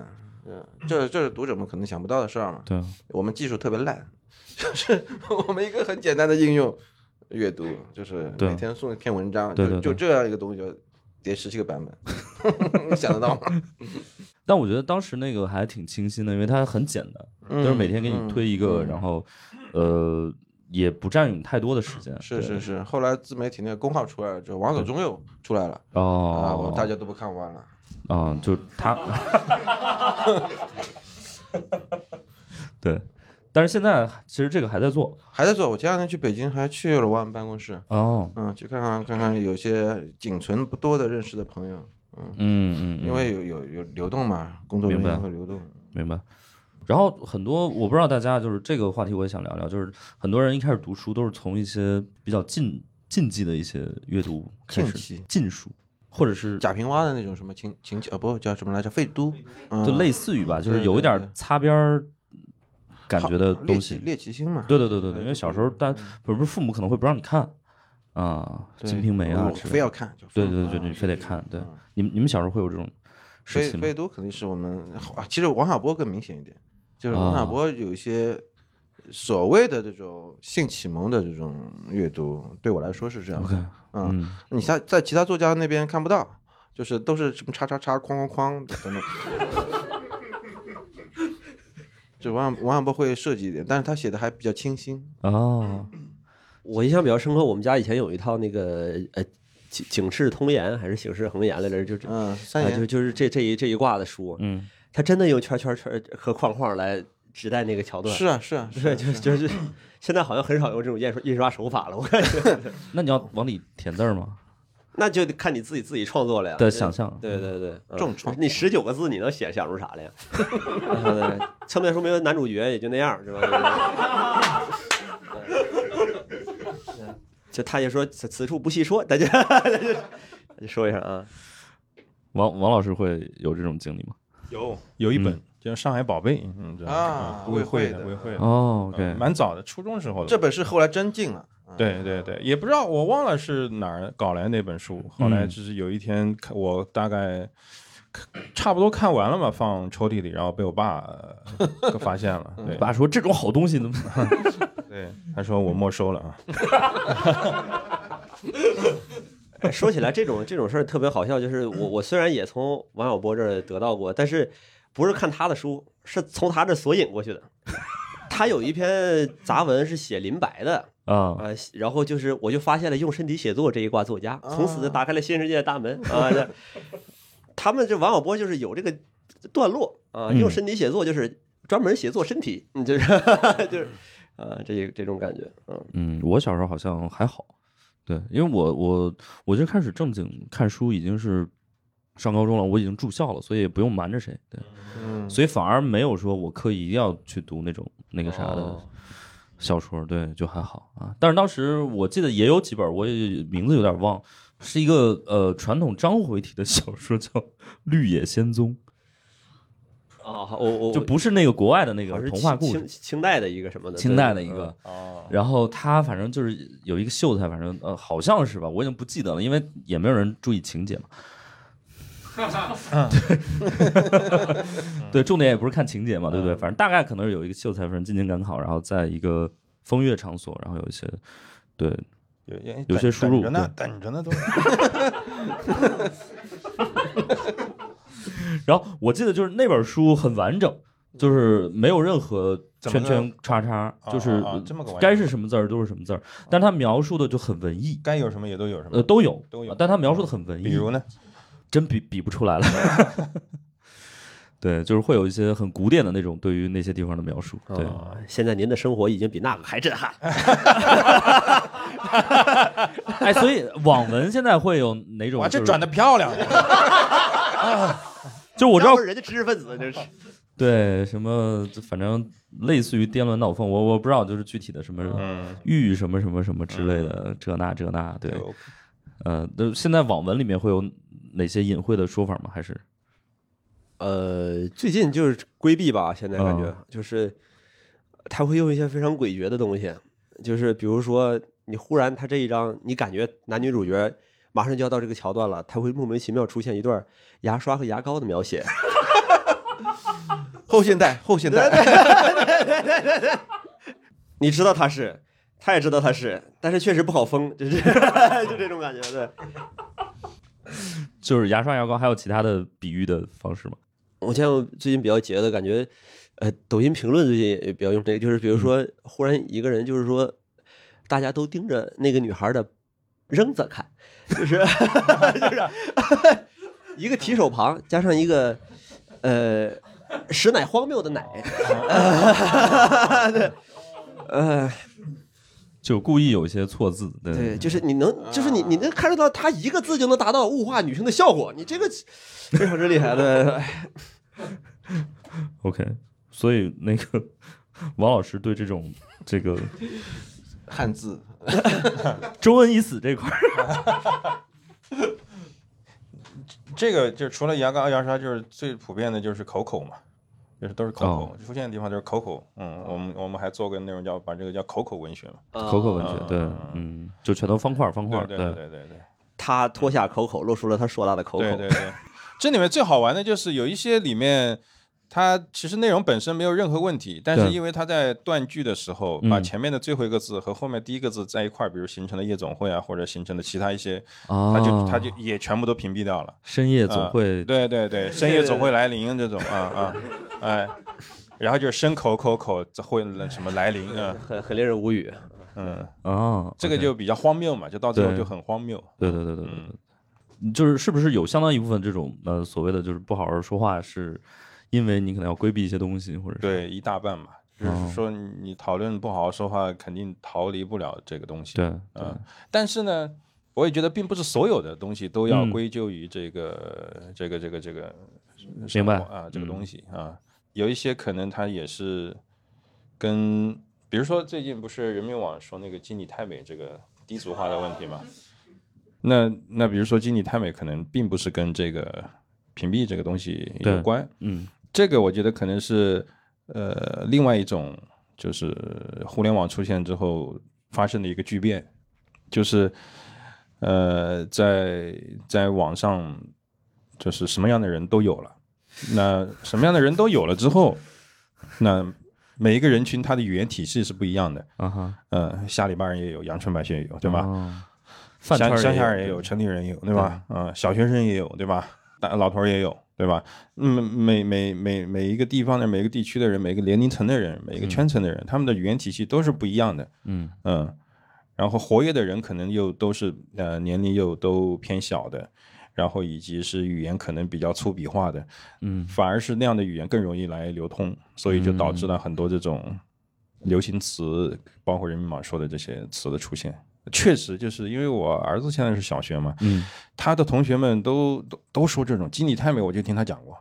B: 嗯，这这是读者们可能想不到的事儿嘛。
A: 对，
B: 我们技术特别烂， 就是我们一个很简单的应用阅读，就是
A: 对
B: 每天送一篇文章，
A: 对对
B: 就就这样一个东西就叠十七个版本， 你想得到吗？
A: 但我觉得当时那个还挺清新的，因为它很简单，
B: 嗯
A: 就是每天给你推一个，
B: 嗯
A: 然后呃也不占用太多的时间。
B: 嗯是
A: 对
B: 是是，后来自媒体那个公号出来了之后，王左中右出来了啊，我
A: 哦
B: 们，大家都不看完了。
A: 啊，就他， 对，但是现在其实这个还在做
B: 还在做，我前两天去北京还去了万办公室，
A: 哦，
B: 嗯，去看看看看有些仅存不多的认识的朋友，
A: 嗯嗯，嗯
B: 因为有有有流动嘛，工作人
A: 明白
B: 员会流动。
A: 明白。然后很多我不知道大家就是这个话题，我也想聊聊，就是很多人一开始读书都是从一些比较禁禁忌的一些阅读开
B: 禁
A: 始
B: 忌，
A: 禁书，或者是
B: 贾平凹的那种什么情情呃不叫什么来着，废都，嗯
A: 就类似于吧，就是
B: 对
A: 有一
B: 对
A: 点
B: 对
A: 儿擦边儿感
B: 好
A: 觉的
B: 猎
A: 东
B: 奇
A: 西。
B: 猎奇心嘛。
A: 对对对对对，
B: 对嗯
A: 因为小时候大不是父母可能会不让你看啊，《
B: 对
A: 金瓶梅》啊
B: 我
A: 之类的，
B: 非要看，就
A: 对
B: 非
A: 对
B: 要
A: 对，
B: 看
A: 你非得看。对
B: 嗯，
A: 你们你们小时候会有这种
B: 所
A: 事
B: 以
A: 情吗
B: 废？都肯定是我们，啊其实王小波更明显一点，就是王
A: 啊
B: 小波有一些所谓的这种性启蒙的这种阅读，对我来说是这样
A: OK，
B: 的。嗯，
A: 嗯，
B: 你在在其他作家那边看不到，就是都是什么叉叉叉、框框框等 等。就王小王小波会设计一点，但是他写的还比较清 新。
A: 哦，
D: 我印象比较深刻，我们家以前有一套那个呃《警警世通言》还是《警世恒言》来着，就这，
B: 嗯，三
D: 啊、就
B: 言
D: 就是这这一这一挂的书，
A: 嗯，
D: 他真的用圈圈圈和框框来指代那个桥段，
B: 是啊是啊 是
D: 对，
B: 啊
D: 就是就是 现在好像很少用这种印刷印刷手法了，我感觉，
A: 那你要往里填字儿吗？
D: 那就得看你自己自己创作了呀
A: 的想象
D: 对对对，嗯
B: 重创
D: 你十九个字你能写想出啥来呀？ 对，侧面说明男主角也就那样，是吧？ 对就他也说此此处不细说， 大家就说一下啊。
A: 王王老师会有这种经历吗？
C: 有有一本
A: 嗯
C: 叫《上海宝贝》，嗯，这
B: 啊
C: 不会
B: 会
C: 的，
B: 的
C: 不会的，
A: 哦
C: 嗯
A: ，OK，
C: 蛮早的，初中时候的。
B: 这本是后来真进了。嗯，
C: 对对对，也不知道我忘了是哪儿搞来那本书。后来
A: 嗯
C: 就是有一天看，我大概看差不多看完了嘛，放抽屉里，然后被我爸呃发现了。对
A: 爸说这种好东西怎么？
C: 对，他说我没收了啊。
D: 哎说起来，这种这种事儿特别好笑，就是我我虽然也从王小波这儿得到过，但是不是看他的书，是从他这儿索引过去的。他有一篇杂文是写林白的，
C: 呃
A: 啊，
D: 啊，然后就是我就发现了用身体写作这一挂作家，从此打开了新世界的大门啊。这他们这王小波就是有这个段落啊，用
A: 嗯
D: 身体写作就是专门写作身体，你就是 就是啊，这这种感觉，嗯，
A: 嗯，我小时候好像还好，对，因为我我我就开始正经看书已经是上高中了，我已经住校了，所以也不用瞒着谁，对，
B: 嗯，
A: 所以反而没有说我刻意一定要去读那种那个啥的
D: 哦
A: 小说，对，就还好啊。但是当时我记得也有几本，我也名字有点忘，是一个呃传统章回体的小说，叫《绿野仙踪
D: 啊，好我》，我
A: 就不是那个国外的那
D: 好像
A: 个
D: 是
A: 童话故
D: 清
A: 事
D: 清，清代的一个什么的，
A: 清
D: 对嗯
A: 代的一个。，
C: 哦，
A: 然后他反正就是有一个秀才，反正呃好像是吧，我已经不记得了，因为也没有人注意情节嘛。
G: 嗯
A: 对，重点也不是看情节嘛，对不
C: 嗯
A: 对？反正大概可能是有一个秀才，反正进京赶考，然后在一个风月场所，然后有一些对
C: 有
A: 有些输入
C: 等着呢，等着呢都。
A: 然后我记得就是那本书很完整，就是没有任何
C: 怎么
A: 圈
C: 呢
A: 圈叉叉，
C: 哦
A: 就是
C: 哦哦这么个玩意儿
A: 该是什么字儿都是什么字儿，但他描述的就很文艺，
C: 该有什么也都有什么。
A: 呃，都有
C: 都有
A: 但他描述的很文艺，
C: 比如呢？
A: 真比比不出来了。对，就是会有一些很古典的那种对于那些地方的描述。对，
D: 啊，现在您的生活已经比那个还震撼。
A: 哎，所以网文现在会有哪种、
H: 哇，
A: 就
H: 这
A: 是
H: 转的漂亮！
A: 就我知道
D: 要不，人家知识分子这是。
A: 对什么，就反正类似于颠鸾倒凤，我我不知道，就是具体的什么
C: 嗯，
A: 玉什么什么什么之类
B: 嗯
A: 的，这那这那，对，
C: 对
A: 呃，那现在网文里面会有哪些隐晦的说法吗？还是
D: 呃，最近就是规避吧，现在感觉、
B: 啊
A: 嗯
D: 就是他会用一些非常诡谲的东西，就是比如说你忽然他这一章，你感觉男女主角马上就要到这个桥段了，他会莫名其妙出现一段牙刷和牙膏的描写，
B: 后现代，后现代，
D: 你知道他是，他也知道他是，但是确实不好封，就是 就这种感觉，对。
A: 就是牙刷牙膏，还有其他的比喻的方式吗？
D: 我见过最近比较节的感觉，呃，抖音评论最近也比较用这个，就是比如说，忽然一个人就是说，大家都盯着那个女孩的扔子看，就是 就是 一个提手旁加上一个呃实乃荒谬的奶，对， 呃，
A: 就故意有一些错字，对
D: 对，就是你能，就是你你能看得到她一个字就能达到物化女性的效果，你这个非常之厉害的。
A: OK，所以那个王老师对这种这个
B: 汉字，
A: 中文已死这 块儿，
C: 这个就除了牙膏、牙刷，就是最普遍的就是口口嘛，就是都是口
A: 哦
C: 口、出现的地方就是口口。嗯，我们我们还做个内容叫把这个叫口口文学嘛。
A: 口口文学，
C: 啊
A: 对，嗯，就全都方块儿方块儿，
C: 对对对对对对嗯
D: 他脱下口口，露出了他硕大的口口。
C: 对对对。这里面最好玩的就是有一些里面。它其实内容本身没有任何问题，但是
A: 对
C: 因为它在断句的时候，
A: 嗯
C: 把前面的最后一个字和后面第一个字在一块儿，比如形成了夜总会啊，或者形成的其他一些，
A: 啊，
C: 它就它就也全部都屏蔽掉了。嗯
A: 深夜总会，
C: 对对对，深夜总会来临这种啊啊，哎，然后就是深口口口会什么来临，嗯
D: 很很令人无语。
C: 嗯，
A: 啊，
C: 这个
A: OK
C: 就比较荒谬嘛，就到最后
A: 对
C: 就很荒谬。
A: 对对对对对
C: 嗯
A: 对，就是是不是有相当一部分这种呃所谓的就是不好好说话，是因为你可能要规避一些东西，或者是
C: 对，一大半嘛，就是
A: 哦
C: 说你讨论不好好说话，肯定逃离不了这个东西。
A: 对对
C: 嗯，但是呢，我也觉得并不是所有的东西都要
A: 嗯
C: 归咎于这个、这个这个这个
A: 明白
C: 生活啊这个
A: 嗯
C: 东西啊，有一些可能它也是跟，比如说最近不是人民网说那个经理太美这个低俗化的问题嘛，那那比如说经理太美可能并不是跟这个屏蔽这个东西
A: 对
C: 有关，
A: 嗯
C: 这个我觉得可能是呃另外一种，就是互联网出现之后发生的一个巨变，就是呃在在网上就是什么样的人都有了，那什么样的人都有了之后，那每一个人群他的语言体系是不一样的，
A: 啊哈，
C: 呃，下里巴人也有，阳春白雪也有，对吧？
A: 哦？饭圈
C: 乡
A: 儿
C: 乡下人
A: 也
C: 也有，城里人也有，对吧？嗯、小学生也有，对吧？大老头儿也有，对吧？嗯，每每每每一个地方的每个地区的人，每个年龄层的人，每一个圈层的人，他们的语言体系都是不一样的，
A: 嗯
C: 嗯。然后活跃的人可能又都是呃年龄又都偏小的，然后以及是语言可能比较粗鄙化的，
A: 嗯
C: 反而是那样的语言更容易来流通，所以就导致了很多这种流行词，包括人民网说的这些词的出现。确实，就是因为我儿子现在是小学嘛，
A: 嗯，
C: 他的同学们都都都说这种“经理太美”，我就听他讲过。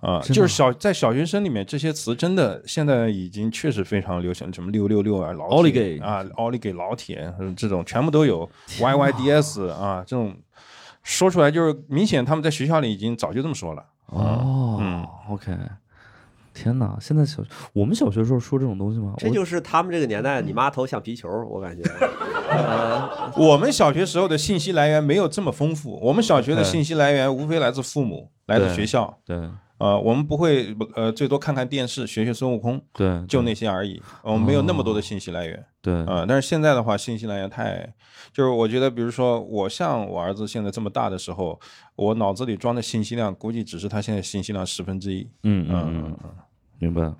C: 啊、
A: 真的
C: 就是小在小学生里面，这些词真的现在已经确实非常流行，什么六六六啊、老铁
A: Oligay
C: 啊、奥利给老铁嗯这种全部都有，Y Y D S 啊这种说出来就是明显他们在学校里已经早就这么说了。嗯
A: 哦，OK，天哪，现在小我们小学时候说这种东西
C: 啊
A: 吗？
D: 这
A: 我
D: 就是他们这个年
C: 嗯
D: 代，你妈投橡皮球，我感觉。
C: 我们小学时候的信息来源没有这么丰富，我们小学的信息来源无非来自父母，来自学校，
A: 对
C: 呃，我们不会呃，最多看看电视，学学孙悟空，
A: 嗯对哦嗯
C: 就那些而已，我们没有那么多的信息来源
A: 对
C: 啊、呃但是现在的话，信息来源太，就是我觉得，比如说我像我儿子现在这么大的时候，我脑子里装的信息量估计只是他现在信息量十分之一。
A: 嗯嗯
C: 嗯
A: 嗯
C: 嗯，嗯，
A: 明白。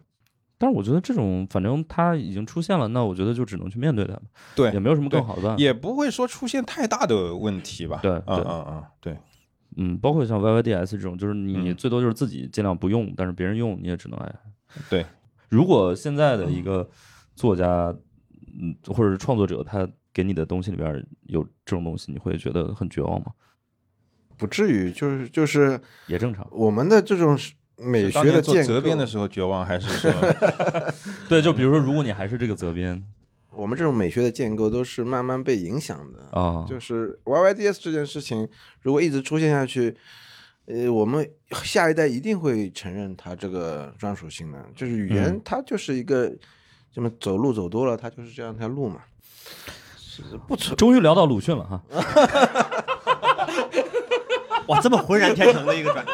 A: 但是我觉得这种，反正它已经出现了，那我觉得就只能去面对它吧，
C: 对
A: 也，没有什么
C: 对
A: 更好的办法。
C: 也不会说出现太大的问题吧？
A: 对
C: 嗯
A: 对
C: 嗯嗯，对，
A: 嗯，包括像 YYDS 这种，就是
B: 嗯
A: 你最多就是自己尽量不用，但是别人用你也只能爱。
C: 对，
A: 如果现在的
B: 嗯
A: 一个作家，嗯，或者是创作者，他给你的东西里边有这种东西，你会觉得很绝望吗？
B: 不至于，就是就是
A: 也正常。
B: 我们的这种是美
C: 是当
B: 学的
C: 年做
B: 建
C: 责
B: 构，
C: 编的时候绝望，还是说
A: 对，就比 如说，如果你还是这个责编
B: 我们这种美学的建构都是慢慢被影响的。
A: 啊，
B: 就是 YYDS 这件事情，如果一直出现下去，呃，我们下一代一定会承认它这个专属性的。就是语言
A: 嗯，
B: 它就是一个，这么走路走多了，它就是这样一条路嘛。是不存
A: 终于聊到鲁迅了哈。
D: 哇，这么浑然天成的一个转折，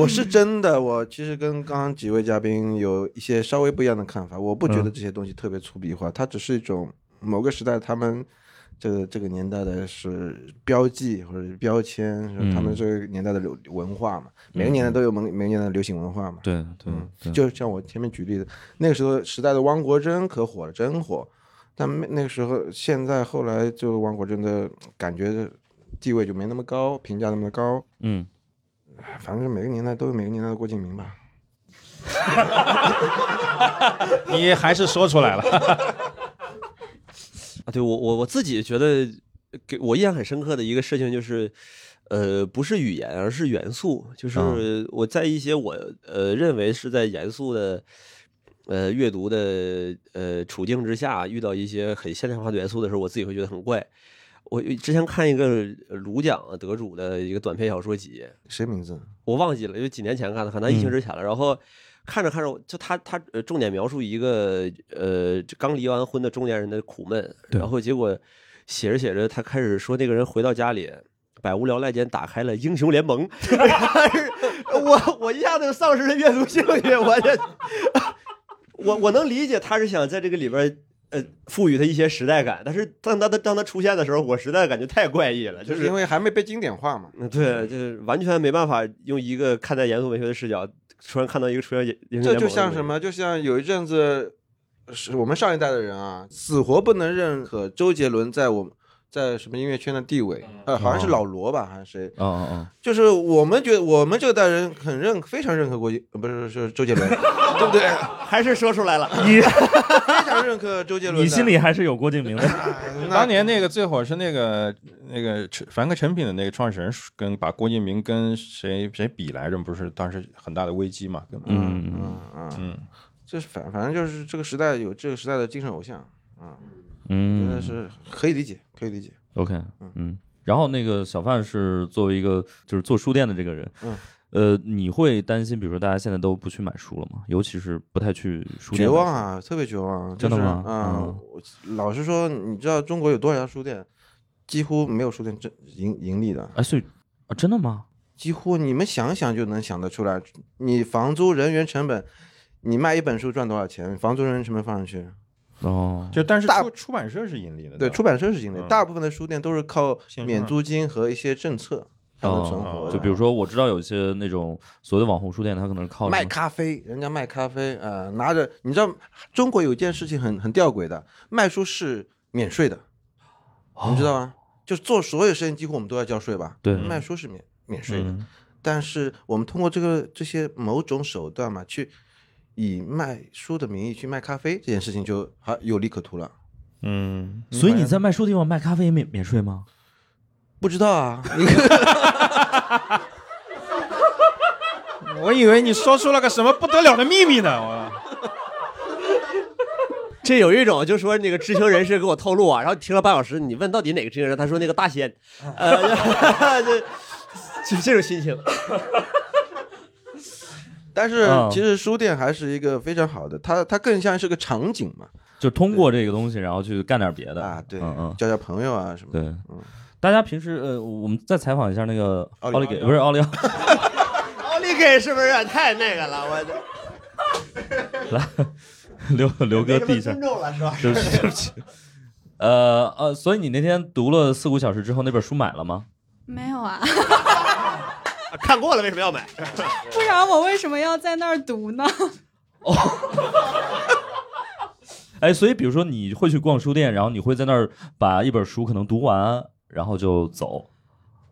B: 我是真的，我其实跟刚刚几位嘉宾有一些稍微不一样的看法。我不觉得这些东西特别粗鄙化，它只是一种某个时代他们这个这个年代的是标记或者标签，是他们这个年代的流文化嘛。每个年代都有每每个年代的流行文化嘛。
A: 对对
B: 嗯
A: 对，
C: 嗯
B: 就像我前面举例的，那个时候时代的汪国真可火了，真火。但没那个时候，现在后来就汪国真的感觉地位就没那么高，评价那么高。
A: 嗯，
B: 反正每个年代都有每个年代的郭敬明吧。
C: 你 还是说出来了？
D: 啊，对我我我自己觉得给我印象很深刻的一个事情就是，呃，不是语言，而是元素。
C: 啊
D: 就是我在一些我呃认为是在严肃的呃阅读的呃处境之下，遇到一些很现代化的元素的时候，我自己会觉得很怪。我之前看一个卢奖得主的一个短篇小说集，
B: 谁名字？嗯
D: 我忘记了，因为几年前看的，可能疫情之前了。然后看着看着我，就他他呃重点描述一个呃这刚离完婚的中年人的苦闷，
A: 对
D: 然后结果写着写着，他开始说那个人回到家里。百无聊赖间打开了《英雄联盟》我我一下子就丧失了阅读兴趣，我这我我能理解他是想在这个里边呃赋予他一些时代感，但是当他当他出现的时候，我实在感觉太怪异了，就
B: 就是是因为还没被经典化嘛。
D: 嗯，对，就是完全没办法用一个看待严肃文学的视角，突然看到一个出现影
B: 这就像什？么？就像有一阵子，是我们上一代的人啊，死活不能 认可周杰伦在我们在什么音乐圈的地位。
D: 嗯
B: 呃，好像
C: 哦
B: 是老罗吧，还是谁？
A: 啊啊啊，
B: 就是我们觉得我们这代人很认非常认可郭敬，呃不是是周杰伦，对不对？
D: 还是说出来了，
B: 非常认可周杰伦的。
A: 你心里还是有郭敬 明的。
B: 哎那
C: 当年那个最火是那个那个陈凡客诚品的那个创始人跟把郭敬明跟谁谁比来着？不是当时很大的危机嘛？根本
A: 嗯嗯
B: 嗯嗯，
C: 嗯，
B: 就是反反正就是这个时代有这个时代的精神偶像，啊真的
A: 嗯，
B: 是可以理解，可以理解。
A: OK，嗯，然后那个小范是作为一个就是做书店的这个人，
B: 嗯，
A: 呃，你会担心，比如说大家现在都不去买书了吗？尤其是不太去书店买
B: 绝
A: 书，
B: 望啊，特别绝望。
A: 真的
B: 就是
A: 吗嗯
B: 啊，我老实说，你知道中国有多少家书店？几乎没有书店挣盈盈利的，
A: 哎，所以啊，真的吗？
B: 几乎你们想想就能想得出来。你房租、人员成本，你卖一本书赚多少钱？房租、人员成本放上去，
A: 哦，
C: 就但是
B: 大
C: 出出版社是盈利的，
B: 对，
C: 吧
B: 出版社是盈利，
C: 嗯
B: 大部分的书店都是靠
C: 线上
B: 免租金和一些政策才能存活
A: 哦，
B: 的。
A: 就比如说，我知道有一些那种所谓的网红书店，它可能是靠
B: 卖
A: 什么
B: 咖啡，人家卖咖啡，呃，拿着，你知道中国有一件事情很很吊诡的，卖书是免税的，你知道吗？就是做所有事情，几乎我们都要交税吧？
A: 哦对嗯
B: 卖书是免免税的，
C: 嗯
B: 但是我们通过这个这些某种手段嘛，去以卖书的名义去卖咖啡，这件事情就好有利可图了。
C: 嗯，
A: 所以你在卖书的地方卖咖啡也免免税吗？
B: 嗯不知道啊，你
C: 我以为你说出了个什么不得了的秘密呢，我
D: 这有一种就说那个知情人士给我透露啊，然后听了半小时，你问到底哪个知情人，他说那个 大仙，呃， 就就这种心情。
B: 但是
A: 嗯
B: 其实书店还是一个非常好的，它它更像是个场景嘛，
A: 就通过这个东西，然后去干点别的
B: 啊，对，
A: 嗯嗯，
B: 交交朋友啊什么的。
A: 对。大家平时呃，我们再采访一下那个
B: 奥
A: 奥
B: 利
A: 利给，不是奥 利奥，
D: 奥利给是不是有点太那个了？我这
A: 来，刘刘哥递一下
D: 尊，重了是吧？
A: 对不起对不起。呃呃，所以你那天读了四五小时之后，那本书买了吗？
E: 没有 啊，
D: 看过了为什么要买？
E: 不然我为什么要在那儿读呢？
A: 哎，所以比如说你会去逛书店，然后你会在那儿把一本书可能读完，然后就走。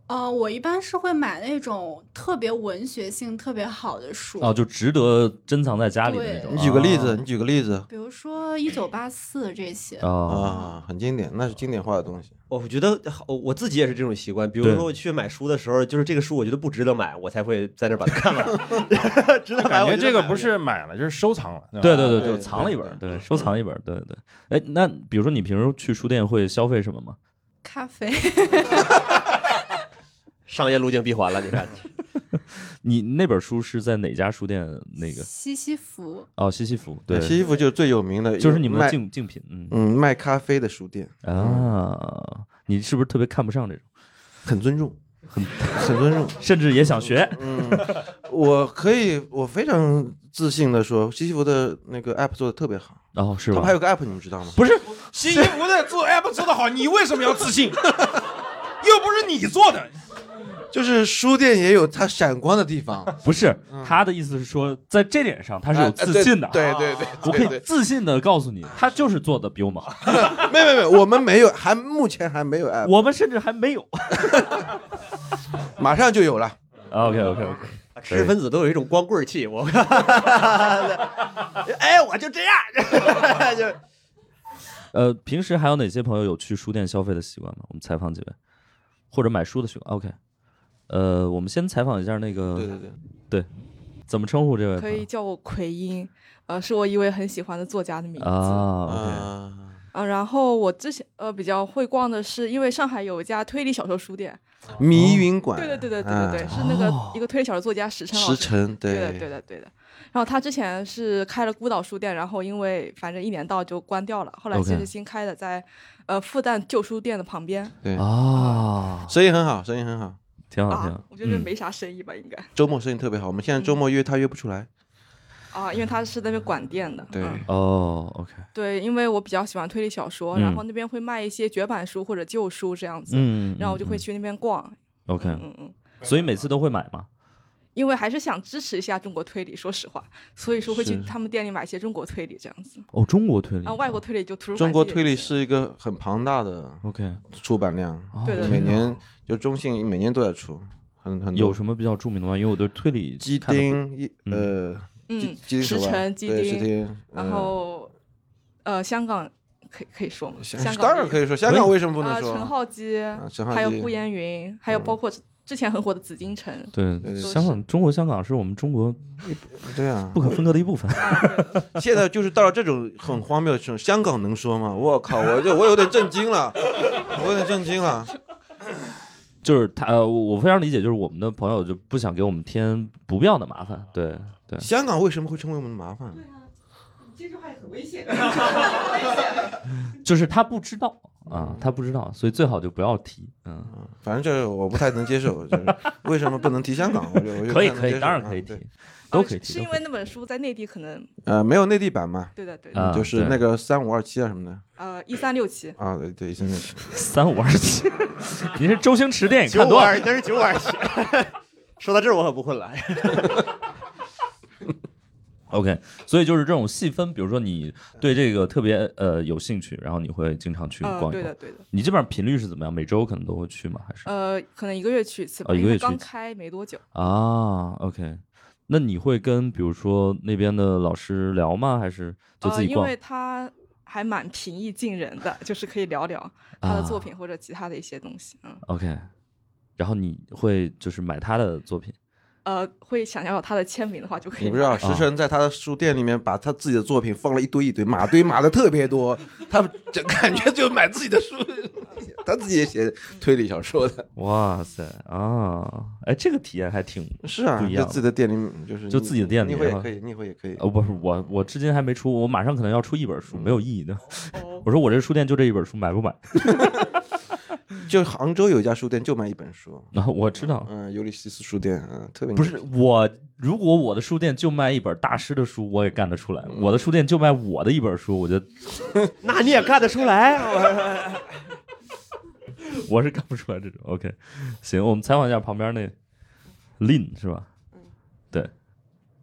E: 呃，我一般是会买那种特别文学性特别好的书，
A: 哦，就值得珍藏在家里的那种。
B: 你举个例子，
A: 啊
B: 你举个例子
E: 比如说《一九八四》这些。
A: 啊，
B: 啊，很经典，那是经典化的东西。
H: 我觉得好我自己也是这种习惯，比如
A: 对
H: 说我去买书的时候，就是这个书我觉得不值得买，我才会在那儿把它看 完。 值得买，
C: 感
H: 我
C: 觉
H: 就
C: 这个
H: 买
C: 不是买了，就是收藏了。对吧
A: 对对对
B: 对
A: 就藏了一本儿，对，收藏一本儿，对对。哎，那比如说你平时去书店会消费什么吗？
E: 咖啡，
H: 商业路径闭环了，你看。
A: 你那本书是在哪家书店？那 个
E: 西西弗，
A: 哦，西西弗，对，
B: 西西弗就是最有名的，
A: 就是你们的
B: 卖
A: 竞竞品，嗯
B: 嗯卖咖啡的书店，
A: 啊，你是不是特别看不上这种，
B: 很尊重，很很尊重。
A: 甚至也想学？
B: 嗯我可以，我非常自信的说，西西弗的那个 app 做的特别好。
A: 哦，是
B: 他
A: 吧
B: 们还？有个 app，你们知道吗？
A: 不是，
C: 西西弗的做 app 做的好，你为什么要自信？ 又不是你做的，
B: 就是书店也有它闪光的地方，
A: 不是，他的意思是说，在这点上他是有
B: 嗯哎
A: 自信的。啊
B: 对对对，
A: 我可
B: 对
A: 以自信的告诉你，他就是做的比我们好。
B: 对没有没有没有，我们没有，还目前 还没有哎 app，
A: 我们甚至还没有。
B: 马上就有了。
A: OK OK OK，
D: 啊
H: 知识分子都有一种光棍气，我，哎，我就这 样，就
A: 呃，平时还有哪些朋友有去书店消费的习惯吗？我们采访几位， 或者买书的习惯。OK，呃，我们先采访一下那个，
B: 对对对，
A: 怎么称呼这位朋
I: 可
A: 友？
I: 以叫我奎因，呃，是我一位很喜欢的作家的名字。
A: 啊
B: 啊，
I: 啊然后我之前呃比较会逛的是，因为上海有一家推理小说书店。
B: 迷云
I: 哦
B: 馆，啊
I: 对对对对对对对，是那
A: 哦
I: 个一个推理小说作家石
B: 对
I: 晨老
B: 石
I: 师。
B: 城，
I: 对的对的对的。然后他之前是开了孤岛书店，然后因为反正一年到就关掉了，后来
A: OK
I: 这是新开的，在呃复旦旧书店的旁边。
B: 对
A: 啊，啊，
B: 生意很好，生意很好，
A: 挺好
I: 啊
A: 挺好，。
I: 我觉得这
A: 嗯
I: 没啥生意吧，应该
B: 周末生意特别好，我们现在周末约他约不出来，
I: 啊，因为他是那边管店的。
B: 对
I: 嗯
A: 哦，OK，
I: 对，因为我比较喜欢推理小说，
A: 嗯
I: 然后那边会卖一些绝版书或者旧书这样子，
A: 嗯，
I: 然后我就会
A: 嗯
I: 去那边逛。
A: 嗯 OK，
I: 嗯嗯，
A: 所以每次都会买吗？
I: 因为还是想支持一下中国推理，说实话，所以说会去
B: 是
I: 他们店里买一些中国推理这样子。
A: 哦，中国推理
I: 啊，外国推理就图书馆
B: 中国
I: 借
B: 推
I: 一
B: 理
I: 些
B: 是一个很庞大的
A: OK，
B: 出版量，
A: 哦
I: 对的
B: 每年就中信每年都在出，很很多
A: 有什么比较著名的吗？因为我对推理
B: 鸡
A: 看得不
B: 丁一呃，鸡
I: 嗯，
B: 鸡丁
I: 石
B: 手吧
I: 城鸡
B: 对石
I: 丁，
B: 丁，嗯
I: 然后呃，香港可以可以说吗？香港
B: 当然可以说，香港为什么不
I: 啊，
B: 能
I: 陈
B: 说？啊
I: 浩基，
B: 陈浩
I: 还有
B: 基嗯
I: 顾炎云，还有包括之前很火的紫禁城。
A: 对，
B: 对
A: 香港中国香港是我们中国
B: 对啊
A: 不，可分割的一部 分。
I: 啊对
B: 现在就是到了这种很荒谬的时候，香港能说吗？我靠，我就我有点震惊了，我有点震惊了。
A: 就是他，呃，我我非常理解，就是我们的朋友就不想给我们添不必要的麻烦。对对，
B: 香港为什么会成为我们的麻烦？
A: 就是他不知道啊，他不知道，所以最好就不要提。嗯，
B: 反正就是我不太能接受，就是为什么不能提香港？我就我就
A: 可以
B: 不
A: 可以，
B: 太能接受
A: 当然可以
B: 啊
A: 提
B: 对，
A: 都
I: 啊
A: 可
I: 是
A: 以提。
I: 是
A: 都
I: 因
A: 可
I: 为
A: 以
I: 那本书在内地可能
B: 呃，没有内地版嘛，
I: 对的对的，
A: 啊，
B: 就是
A: 对
B: 那个三五二七啊什么的
I: 呃，一三六七，
B: 啊，对对，现在
A: 三五二七，您是周星驰 电影
H: 九
A: 看
H: 五
A: 多了？
H: 二，那是九五二七。说到这儿，我可不混 了。
A: OK，所以就是这种细分，比如说你对这个特别呃有兴趣，然后你会经常去
I: 呃，
A: 逛一
I: 对的
A: 逛。
I: 对的，
A: 你基本上频率是怎么样？每周可能都会去吗？还是
I: 呃，可能一个月去一次吧，
A: 哦一
I: 因
A: 个
I: 为
A: 月去一
I: 刚
A: 次
I: 开没多久，
A: 啊？OK，那你会跟比如说那边的老师聊吗？还是就自
I: 呃，
A: 己
I: 因
A: 逛？
I: 为他还蛮平易近人的，就是可以聊聊他的作
A: 啊
I: 品或者其他的一些东西，嗯，
A: OK，然后你会就是买他的作品
I: 呃，会想要他的签名的话就可以。
B: 你不知道，石晨在他的书店里面把他自己的作品放了一堆一堆，码堆码的特别多，他整感觉就买自己的书，他自己也写推理小说的。
A: 哇塞啊！哎，这个体验还挺……
B: 是啊
A: 不一，
B: 就
A: 样
B: 自己的店里就是
A: 就自己的店里
B: 你会也
A: 哈
B: 可以，你会也可以。嗯
A: 哦，不是我，我至今还没出，我马上可能要出一本书，没有意义的。
I: 哦，
A: 我说我这书店就这一本书，买不 买？
B: 就杭州有一家书店就卖一本书，
A: 然后我知道，
B: 嗯，尤利西斯书店，嗯，特别
A: 不是我，如果我的书店就卖一本大师的书，我也干得出来；
B: 嗯
A: 我的书店就卖我的一本书，我觉得
H: 那你也看得出来？我
A: 我是干不出来这种。OK，行，我们采访一下旁边那 Lin 是吧？
F: 嗯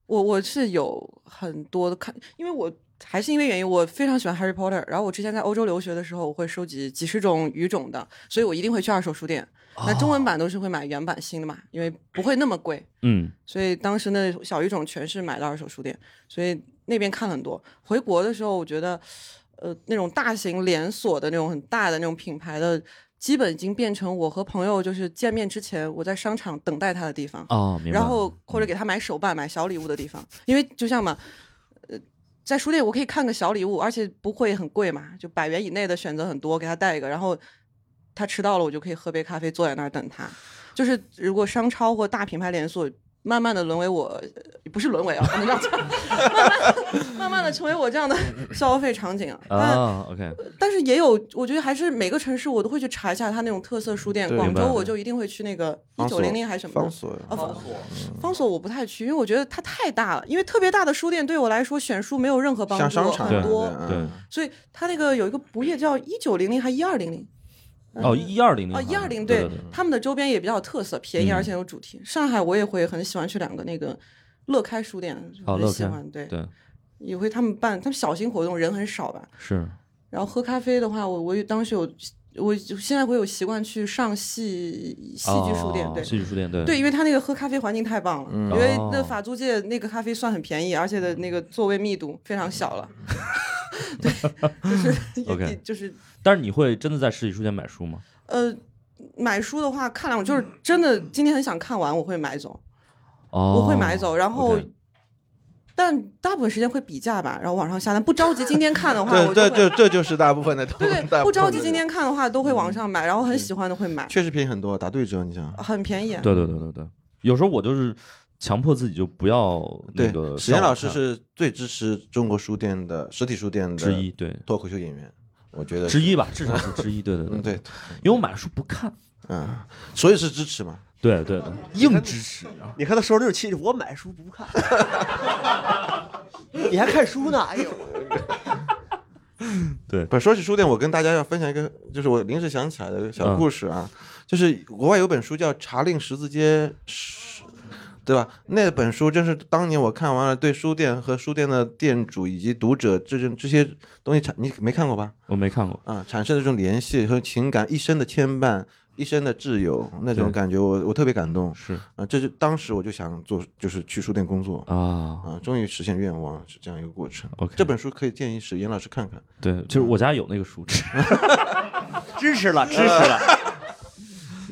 F: 我我是有很多的看，因为我还是因为原因，我非常喜欢 Harry Potter。然后我之前在欧洲留学的时候，我会收集几十种语种的，所以我一定会去二手书店。那中文版都是会买原版新的嘛，因为不会那么贵。
A: 嗯，
F: 所以当时那小语种全是买的二手书店，所以那边看很多。回国的时候，我觉得，呃，那种大型连锁的那种很大的那种品牌的，基本已经变成我和朋友就是见面之前我在商场等待他的地方。
A: 哦明白
F: 然后或者给他买手办、买小礼物的地方，因为就像嘛，呃。在书店我可以看个小礼物，而且不会很贵嘛，就百元以内的选择很多，给他带一个，然后他迟到了，我就可以喝杯咖啡，坐在那儿等他。就是如果商超或大品牌连锁，慢慢的沦为我，呃不是沦为啊，不能这样讲， 慢慢慢慢的成为我这样的 消费场景啊。
A: 啊，OK，
F: 但是也有，我觉得还是每个城市我都会去查一下它那种特色书店。
A: 对
F: 广
A: 明白
F: 州我就一定会去那个一
B: 方
F: 九
B: 所
F: 零零还是什么的
B: 方所
F: 啊，方所，
B: 嗯
F: 方所我不太去，因为我觉得它太大了。因为特别大的书店对我来说选书没有任何帮助，
B: 像商场
F: 很
B: 一样
F: 多。
B: 的嗯
A: 对，
F: 所以它那个有一个不夜叫一九零零还一二零零，
A: 哦，一二零零，
F: 哦，一二零
A: 对
F: 对，他们的周边也比较有特色，便宜
A: 嗯
F: 而且有主题。上海我也会很喜欢去两个那个乐开书店，
A: 好
F: 我
A: 哦乐
F: 很喜
A: 开
F: 欢，对
A: 对，
F: 也会他们办，他们小型活动人很少吧。
A: 是，
F: 然后喝咖啡的话，我我有当时有。我就现在会有习惯去上戏戏剧书店，
A: 哦
F: 对，
A: 戏剧书店对
F: 对，因为他那个喝咖啡环境太棒了，
A: 嗯
F: 因为
A: 哦
F: 那法租界那个咖啡算很便宜，而且的那个座位密度非常小 了，对，就是
A: OK
F: 也就是
A: 但是你会真的在实体书店买书吗？
F: 呃，买书的话，看两本，就是真的今天很想看完，我会买走，
A: 哦，
F: 我会买走，然后
A: OK。
F: 但大部分时间会比价吧，然后网上下单，不着急今天看的话，我
B: 这这
F: 就会
B: 这这就是大部分的东
F: 对
B: 大部分的嗯
F: 对，不着急今天看的话都会网上买，然后很喜欢的会买，
B: 确实便宜很多，打对折，你想。
F: 很便宜。啊
A: 对对对对对，有时候我就是强迫自己就不要那
B: 对
A: 个。，
B: 史岩老师是最支持中国书店的实体书店的
A: 之一对
B: 脱口秀演员，我觉得
A: 之一吧，至少是之一，对对对
B: 嗯对，
A: 因为我买书不看，
B: 嗯，所以是支持嘛，
A: 对对对， 硬支持啊，
D: 你看他说这种气质，我买书不看， 你还看书呢？哎呦，
A: 对
B: 不是说起书店，我跟大家要分享一个，就是我临时想起来的
A: 嗯
B: 小故事啊，就是国外有本书叫《查令十字街》，是对吧？那本书真是当年我看完了，对书店和书店的店主以及读者这种这些东西产，你没看过吧？
A: 我没看过，
B: 啊，产生的这种联系和情感，一生的牵绊，一生的挚友，那种
A: 对
B: 感觉我，我特别感动。
A: 是
B: 啊，这是当时我就想做，就是去书店工作
A: 啊，
B: 啊，终于实现愿望，是这样一个过程。
A: OK
B: 这本书可以建议史岩老师看看。
A: 对，就是我家有那个书，
D: 支持 了，支持了。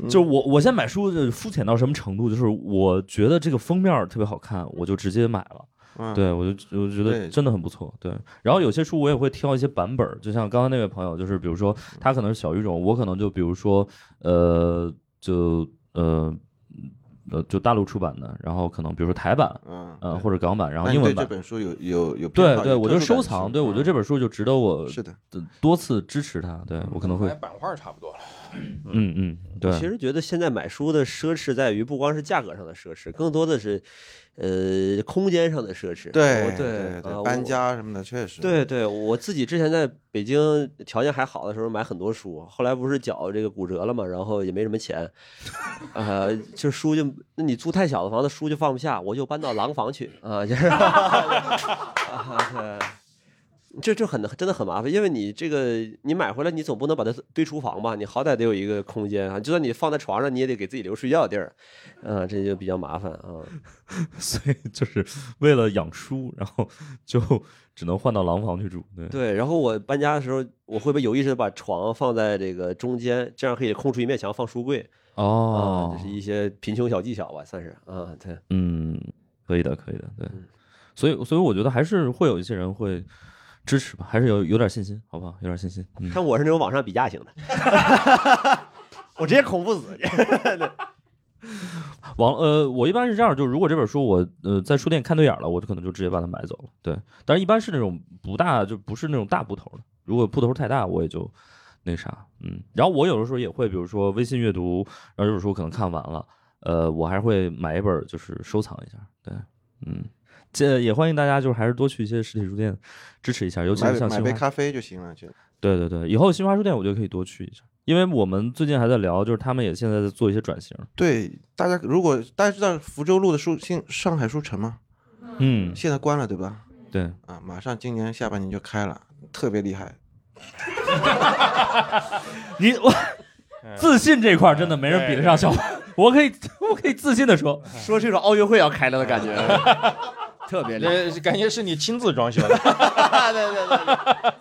A: 就是我我现在买书就肤浅到什么程度，就是我觉得这个封面儿特别好看，我就直接买了。
B: 嗯，
A: 对，我就我就觉得
B: 对
A: 真的很不错。对，然后有些书我也会挑一些版本儿，就像刚刚那位朋友，就是比如说他可能是小语种，我可能就比如说呃，就呃呃就大陆出版的，然后可能比如说台版，
B: 嗯
A: 呃或者港版，然后
B: 那你
A: 英文
B: 对
A: 版
B: 这。本书有有有偏
A: 对
B: 好
A: 对，
B: 有
A: 我
B: 特
A: 就
B: 殊感啊
A: 收
B: 情
A: 藏，对我觉得这本书就值得我
B: 是的，
A: 呃多次支持它。对我可能会
C: 买，哎版画差不多了。
A: 嗯嗯，对，
D: 其实觉得现在买书的奢侈在于不光是价格上的奢侈，更多的是，呃，空间上的奢侈。我
B: 对
D: 对啊
B: 对，
D: 我
B: 搬家什么的确实。
D: 对对，我自己之前在北京条件还好的时候买很多书，后来不是缴这个骨折了嘛，然后也没什么钱， 呃，就书就那你租太小的房子书就放不下，我就搬到廊坊去啊，就是 啊，对这这很真的很麻烦，因为你这个你买回来你总不能把它堆厨房吧，你好歹得有一个空间啊，就算你放在床上你也得给自己留睡觉的地儿，嗯、这就比较麻烦啊。
A: 所以就是为了养书，然后就只能换到廊坊去住。 对，
D: 对，然后我搬家的时候，我会不会有意识的把床放在这个中间，这样可以空出一面墙放书柜啊、
A: 哦
D: 这是一些贫穷小技巧吧，算是啊，对，
A: 嗯，可以的，可以的，
B: 嗯
A: 对。所以，所以我觉得还是会有一些人会支持吧，还是有有点信心，好不好？有点信心。嗯，
D: 看我是那种网上比价型的， 我直接恐怖 死。
A: 网呃，我一般是这样，就如果这本书我呃在书店看对眼了，我就可能就直接把它买走了。对，但是一般是那种不大，就不是那种大部头的。如果部头太大，我也就那啥，嗯。然后我有的时候也会，比如说微信阅读，然后这本书可能看完了，呃，我还会买一本，就是收藏一下。对，嗯，这也欢迎大家就是还是多去一些实体书店支持一下，尤其
B: 买
A: 是像
B: 买
A: 新
B: 杯
A: 华。
B: 咖啡就行了，就
A: 对对对，以后新华书店我就可以多去一下，因为我们最近还在聊，就是他们也现在在做一些转型。
B: 对。大家如果大家知道福州路的书新上海书城吗？
A: 嗯，
B: 现在关了对吧？
A: 对。
B: 啊，马上今年下半年就开了，特别厉害。
A: 你我
G: 嗯
A: 自信这块儿真的没人比得上小花，我可以我可以自信的说，
G: 哎嗯说这种奥运会要开了的感觉，特别厉害。
C: 这感觉是你亲自装修的。
G: 对对对，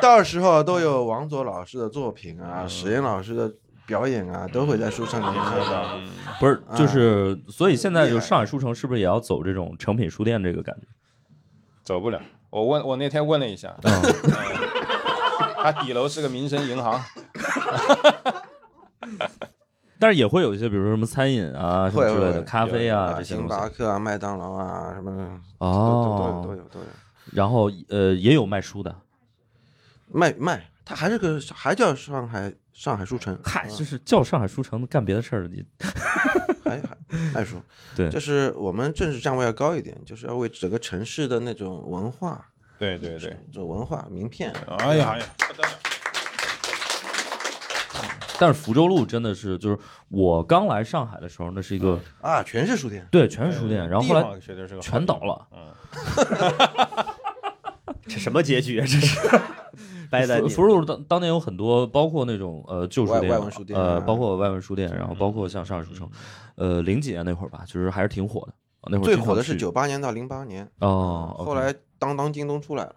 B: 到时候都有王佐老师的作品啊，史岩老师的表演啊，都会在书上能看到。
A: 不是
B: 啊
A: 就是，所以现在就上海书城是不是也要走这种成品书店这个感觉？
C: 走不了。我问，我那天问了一下，
A: 嗯
C: 它底楼是个民生银行，
A: 但是也会有一些，比如说什么餐饮啊什么
B: 会
A: 之类
B: 会
A: 的，咖啡啊
B: 啊
A: 这些
B: 星
A: 东
B: 巴
A: 西。
B: 克啊，麦当劳啊，什么
A: 哦
B: 都都有都有都有。
A: 然后呃，也有卖书的，
B: 卖卖，它还是个还叫上海上海书城，
A: 嗨，
B: 啊
A: 就是叫上海书城干别的事儿，你
B: 还还爱书，
A: 对
B: 就是我们政治站位要高一点，就是要为整个城市的那种文化，
C: 对对对，
B: 这文化名片，
C: 哎呀哎呀，
A: 但是福州路真的是，就是我刚来上海的时候，那是一个
B: 啊，全是书店。 哎
A: 对全是书
B: 呃
A: 店，然后后来
C: 绝对是个好
A: 全倒了，
B: 嗯
G: 这什么结局啊？这是掰的
A: 福
G: 你
A: 福。州路当当年有很多，包括那种呃旧书店、
B: 外外文书店
A: 呃，
B: 啊
A: 包括外文书店，然后包括像上海书城，呃，零几年那会儿吧，就是还是挺火的。啊那会儿
B: 最
A: 经常
B: 火的是
A: 去
B: 九八年到零八年，
A: 哦，
B: 后
A: OK 嗯
B: 来当当、京东出来了，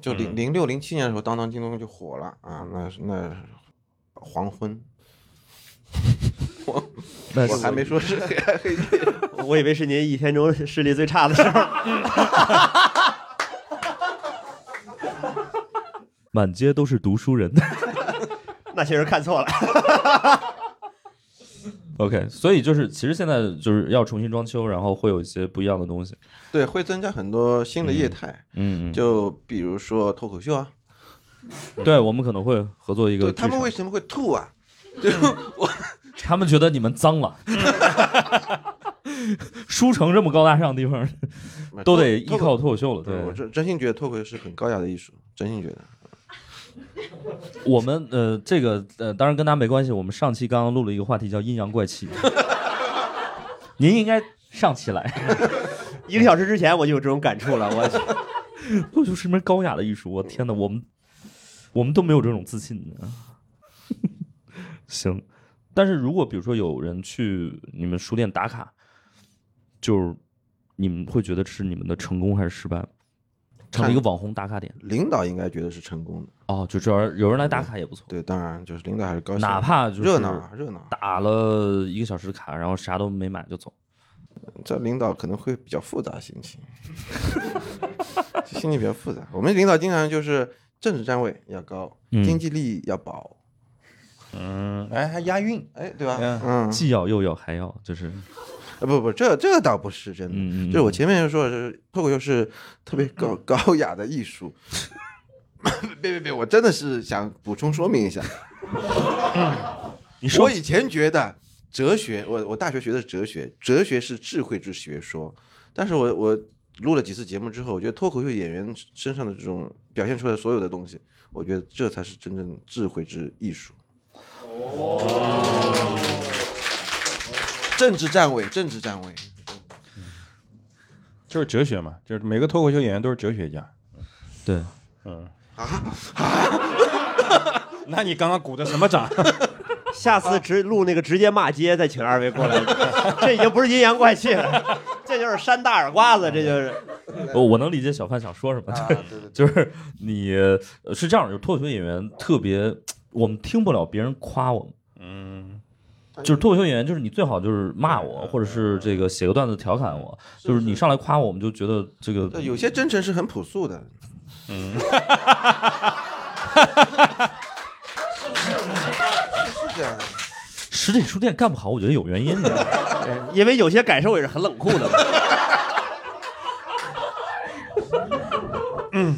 B: 就零零六零七年的时候，当当、京东就火了啊，那是那是黄昏，
A: 那
B: 我还没说是黑暗黑 夜，
D: 我以为是您一天中视力最差的时候。
A: 满街都是读书人。
D: 那些人看 错了。
A: OK，所以就是其实现在就是要重新装修，然后会有一些不一样的东西。
B: 对，会增加很多新的业态，
A: 嗯，嗯
B: 就比如说脱口秀啊，
A: 对我们可能会合作一个
B: 嗯对
A: 剧
B: 他
A: 场。
B: 们为什么会吐啊？
C: 嗯
B: 就
A: 他们觉得你们脏了。嗯 书城这么高大上的地方，嗯都得依
B: 脱
A: 靠
B: 口
A: 脱口秀了。对，
B: 我真真心觉得脱口秀是很高雅的艺术，真心觉得。
A: 我们呃，这个呃，当然跟大家没关系。我们上期刚刚录了一个话题叫“阴阳 怪气”，您应该上期来。
D: 一个小时之前我就有这种感触了， 我去，
A: 脱口秀是一门高雅的艺术，我天哪，我们我们都没有这种自信呢。 行，但是如果比如说有人去你们书店打卡，就是你们会觉得是你们的成功还是失败吗？成为一个网红打卡点
B: 领导应该觉得是成功的，
A: 哦，就只要有人来打卡也不错，
B: 对，当然就是领导还是高兴的，
A: 哪怕就是
B: 热闹啊热闹啊，
A: 打了一个小时卡，然后啥都没买就走。
B: 这领导可能会比较复杂心 情，心情比较复杂。我们领导经常就是政治站位要高，
A: 嗯
B: 经济利益要保，
C: 嗯，哎，还押韵，
B: 哎，对吧？
C: 嗯
B: 嗯，
A: 既要又要还要，就是
B: 呃不不，这这倒不是真的，
A: 嗯嗯嗯嗯
B: 就是我前面就说的是脱口秀是特别高高雅的艺术。 别别别！我真的是想补充说明一下，
A: 嗯你
B: 我以前觉得哲学，我我大学学的是哲学，哲学是智慧之学说。但是我我录了几次节目之后，我觉得脱口秀演员身上的这种表现出来的所有的东西，我觉得这才是真正智慧之艺术。政治站位，政治站位，
C: 就是哲学嘛，就是每个脱口秀演员都是哲学家。
A: 对，
C: 嗯啊， 那你刚刚鼓的什么掌？
D: 下次直录那个直接骂街，再请二位 过来，这已经不是阴阳怪气了，这就是扇大耳刮子，这 就是
A: 我我能理解小范想说什么，
B: 啊
A: 就
B: 对
A: 是
B: 对对，
A: 就是你呃是这样，就是脱口秀演员特别，我们听不了别人夸我们。
C: 嗯，
A: 就是脱口秀演员，就是你最好就是骂我，
C: 嗯
A: 或者是这个写个段子调侃我，
B: 是
A: 就是你上来夸我，我们就觉得这个
B: 对呃有些真诚是很朴素的，嗯，是这样的。
A: 实体书店干不好，我觉得有原因的。
D: 因为有些感受也是很冷酷的嘛。嗯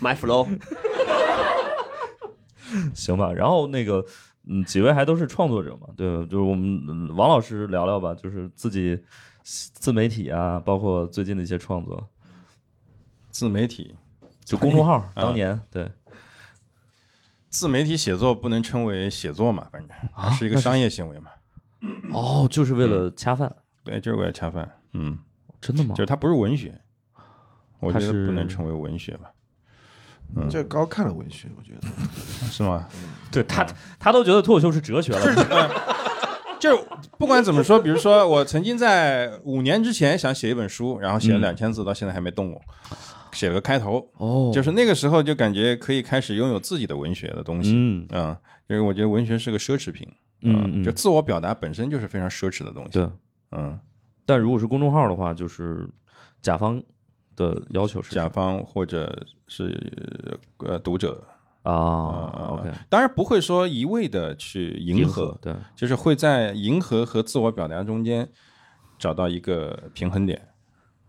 D: ，my flow，
A: 行吧，然后那个，嗯，几位还都是创作者嘛，对吧？就是我们嗯王老师聊聊吧，就是自己自媒体啊，包括最近的一些创作，
C: 自媒体，
A: 就公 众号，当年、对
C: 啊自媒体写作不能称为写作嘛，反正它是一个商业行为嘛。嗯
A: 哦，啊就是为了恰饭，
C: 对，就是为了恰饭。嗯，
A: 真的吗
C: 就？是它不是文学，我
A: 它
C: 觉得
A: 是
C: 不能称为文学吧。
A: 嗯
B: 这高看了文学，我觉得。
C: 是吗？
A: 对
C: 嗯
A: 他，他都觉得脱口秀是哲学 了。
C: 就是不管怎么说，比如说我曾经在五年之前想写一本书，然后写了
A: 嗯
C: 两千字，到现在还没动过，写了个开头，
A: 哦
C: 就是那个时候就感觉可以开始拥有自己的文学的东西，
A: 嗯
C: 啊，因为我觉得文学是个奢侈品，
A: 嗯嗯
C: 啊就自我表达本身就是非常奢侈的东西，
A: 对，
C: 嗯，
A: 但如果是公众号的话，就是甲方的要求是
C: 甲方或者是呃读者
A: 啊
C: 呃
A: ，OK，
C: 当然不会说一味的去迎合，
A: 对，
C: 就是会在迎合和自我表达中间找到一个平衡点。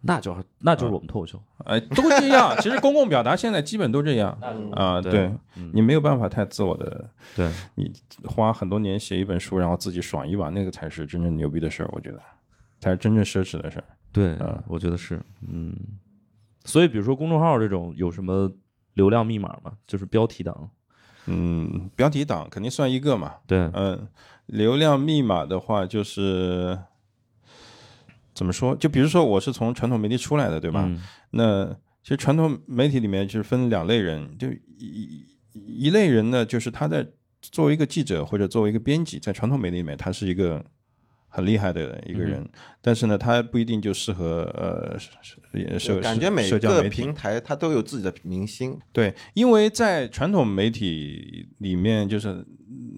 A: 那就是那就是我们脱口秀。
C: 哎，都这样。 其实公共表达现在基本都这样啊、
A: 对
C: 对
A: 嗯
C: 你没有办法太自我的，
A: 对
C: 你花很多年写一本书，然后自己爽一把，那个才是真正牛逼的事儿，我觉得，才是真正奢侈的事儿。
A: 对
C: 嗯，
A: 我觉得是，嗯。所以，比如说公众号这种有什么流量密码吗？就是标题党。
C: 嗯，标题党肯定算一个嘛。
A: 对，
C: 嗯，流量密码的话就是怎么说？就比如说我是从传统媒体出来的，对吧？
A: 嗯
C: 那其实传统媒体里面就是分两类人，就一一一类人呢，就是他在作为一个记者或者作为一个编辑，在传统媒体里面，他是一个很厉害的一个
A: 嗯
C: 人，但是呢，他不一定就适合呃社社
B: 感觉每
C: 社交
B: 个
C: 媒体
B: 平台它都有自己的明星，
C: 对，因为在传统媒体里面，就是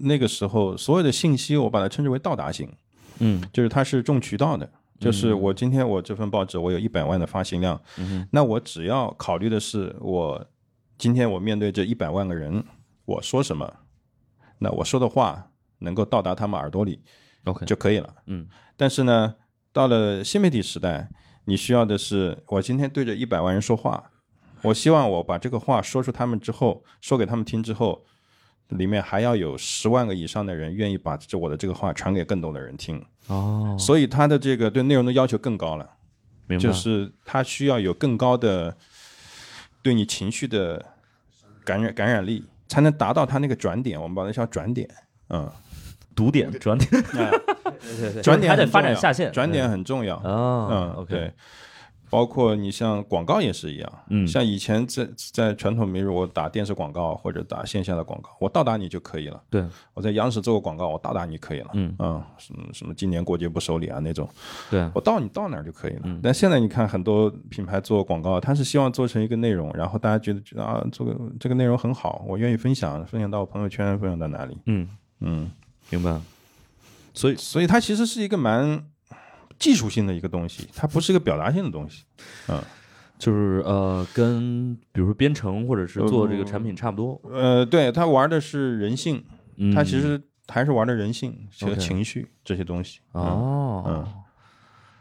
C: 那个时候所有的信息，我把它称之为到达型，
A: 嗯
C: 就是它是重渠道的。就是我今天我这份报纸我有一百万的发行量，
A: 嗯
C: 那我只要考虑的是我今天我面对这一百万个人，我说什么，那我说的话能够到达他们耳朵里
A: ，OK，
C: 就可以了。
A: 嗯，
C: 但是呢，到了新媒体时代，你需要的是我今天对着一百万人说话，我希望我把这个话说出他们之后，说给他们听之后，里面还要有十万个以上的人愿意把这我的这个话传给更多的人听，
A: 哦，
C: 所以他的这个对内容的要求更高了，
A: 明白。
C: 就是他需要有更高的对你情绪的感染感染力，才能达到他那个转点，我们把它叫转点，嗯。啊
A: 读点转点
C: 转点
A: 还得
C: 很
A: 发
C: 重
A: 展
C: 要
A: 下线
C: 转点很重要。
A: 啊
C: 嗯
A: ，OK，
C: 对，包括你像广告也是一样，
A: 嗯
C: 像以前在在传统，比如我打电视广告或者打线下的广告，我到达你就可以了。
A: 对，
C: 我在央视做过广告，我到达你可以了。
A: 嗯
C: 什么什么今年过节不收礼啊那种，
A: 对，
C: 我到你到哪儿就可以了。
A: 嗯
C: 但现在你看很多品牌做广告，他是希望做成一个内容，然后大家觉得觉得啊，这个这个内容很好，我愿意分享，分享到我朋友圈，分享到哪里？
A: 嗯，
C: 嗯，
A: 明白。
C: 所以它其实是一个蛮技术性的一个东西，它不是一个表达性的东西。
A: 就是呃，跟比如说编程或者是做这个产品差不多。
C: 呃，对，它玩的是人性，
A: 嗯，
C: 它其实还是玩的人性和
A: OK
C: 情绪这些东西。嗯，
A: 哦，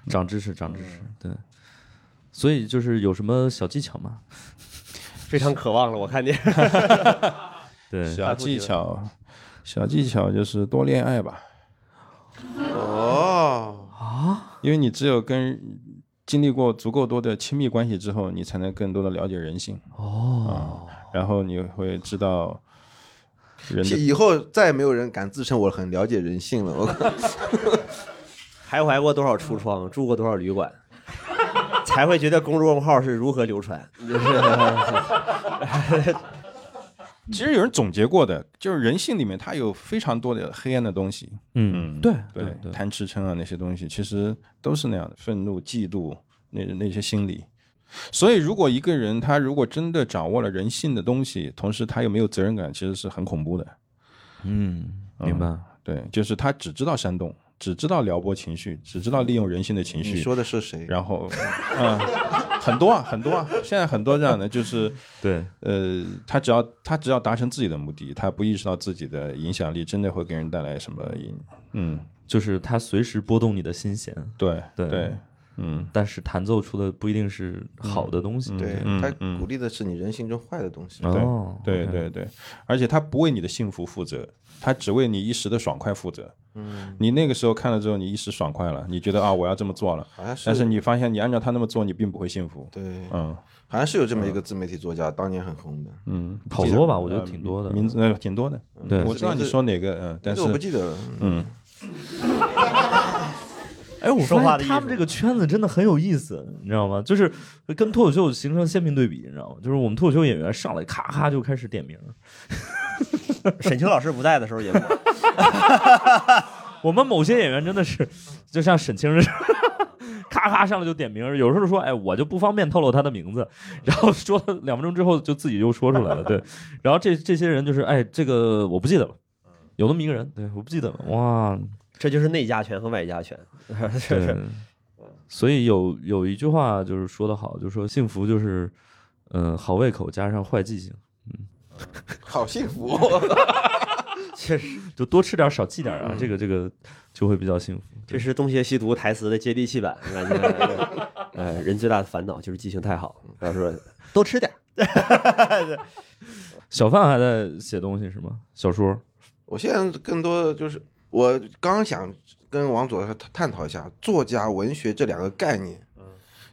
A: 长知识，长知识，对。所以就是有什么小技巧吗？
D: 非常渴望了。我看你
A: 对，
C: 小技巧，小技巧就是多恋爱吧。哦啊，因为你只有跟经历过足够多的亲密关系之后，你才能更多的了解人性。哦、然后你会知道人的
B: 以后再也没有人敢自称我很了解人性了。我
D: 徘徊过多少橱窗，住过多少旅馆， 才会觉得公众号是如何流传。
C: 其实有人总结过的，就是人性里面它有非常多的黑暗的东西。
A: 嗯，对
C: 对
A: 对，
C: 贪吃嗔啊那些东西，其实都是那样的，愤怒、嫉妒那那些心理。所以，如果一个人他如果真的掌握了人性的东西，同时他又没有责任感，其实是很恐怖的。
A: 嗯，明白。
C: 对，就是他只知道煽动，只知道撩拨情绪，只知道利用人性的情
B: 你
C: 绪，
B: 说的是谁？
C: 然后， 嗯，很多啊，很多啊，现在很多这样的，就是
A: 对，
C: 呃，他只要他只要达成自己的目的，他不意识到自己的影响力真的会给人带来什么影，嗯，
A: 就是它随时拨动你的心弦，
C: 对
A: 对
C: 嗯，
A: 但是弹奏出的不一定是好的东西。
B: 对
C: 嗯
B: 他
C: 嗯
B: 鼓励的是你人性中坏的东西。
A: 哦，
C: 对
A: OK，
C: 对对，而且他不为你的幸福负责，他只为你一时的爽快负责。嗯，你那个时候看了之后，你一时爽快了，你觉得啊我要这么做了，
B: 好像是
C: 但是你发现你按照他那么做，你并不会幸福。
B: 对，
C: 嗯
B: 好像是有这么一个自媒体作家，当年很红的，
C: 嗯，
A: 好
C: 记得
A: 多吧我觉
C: 呃
A: 得挺多的
C: 名字呃挺多的。
A: 对
C: 嗯我知道你说哪个，嗯，
B: 但
C: 但是
B: 是我不记得了。
C: 嗯，
A: 哎，我
G: 说话
A: 发
G: 的
A: 现
G: 艺
A: 他们这个圈子真的很有意思，你知道吗？就是跟脱口秀形成鲜明对比，你知道吗？就是我们脱口秀演员上来咔咔就开始点名，
G: 沈清老师不在的时候也不
A: 我们某些演员真的是， 就像沈清似的， 咔咔上来就点名，有时候说，哎，我就不方便透露他的名字， 然后说了两分钟之后就自己就说出来了，对，然后这这些人就是，哎，这个我不记得了，有那么一个人，对，我不记得了，哇，
H: 这就是内家拳和外家 拳。
A: 对，所以有有一句话就是说的好，就是说幸福就是，呃，好胃口加上坏记性，
B: 好幸福。哦
H: 确实，
A: 就多吃点儿少记点儿啊，这个这个就会比较幸福。
H: 这是东邪西毒台词的接地气版。感觉，呃，人最大的烦恼就是记性太好。他说，多吃点儿。
A: 小范还在写东西是吗？小说？
B: 我现在更多的就是，我刚想跟王佐探探讨一下作家、文学这两个概念，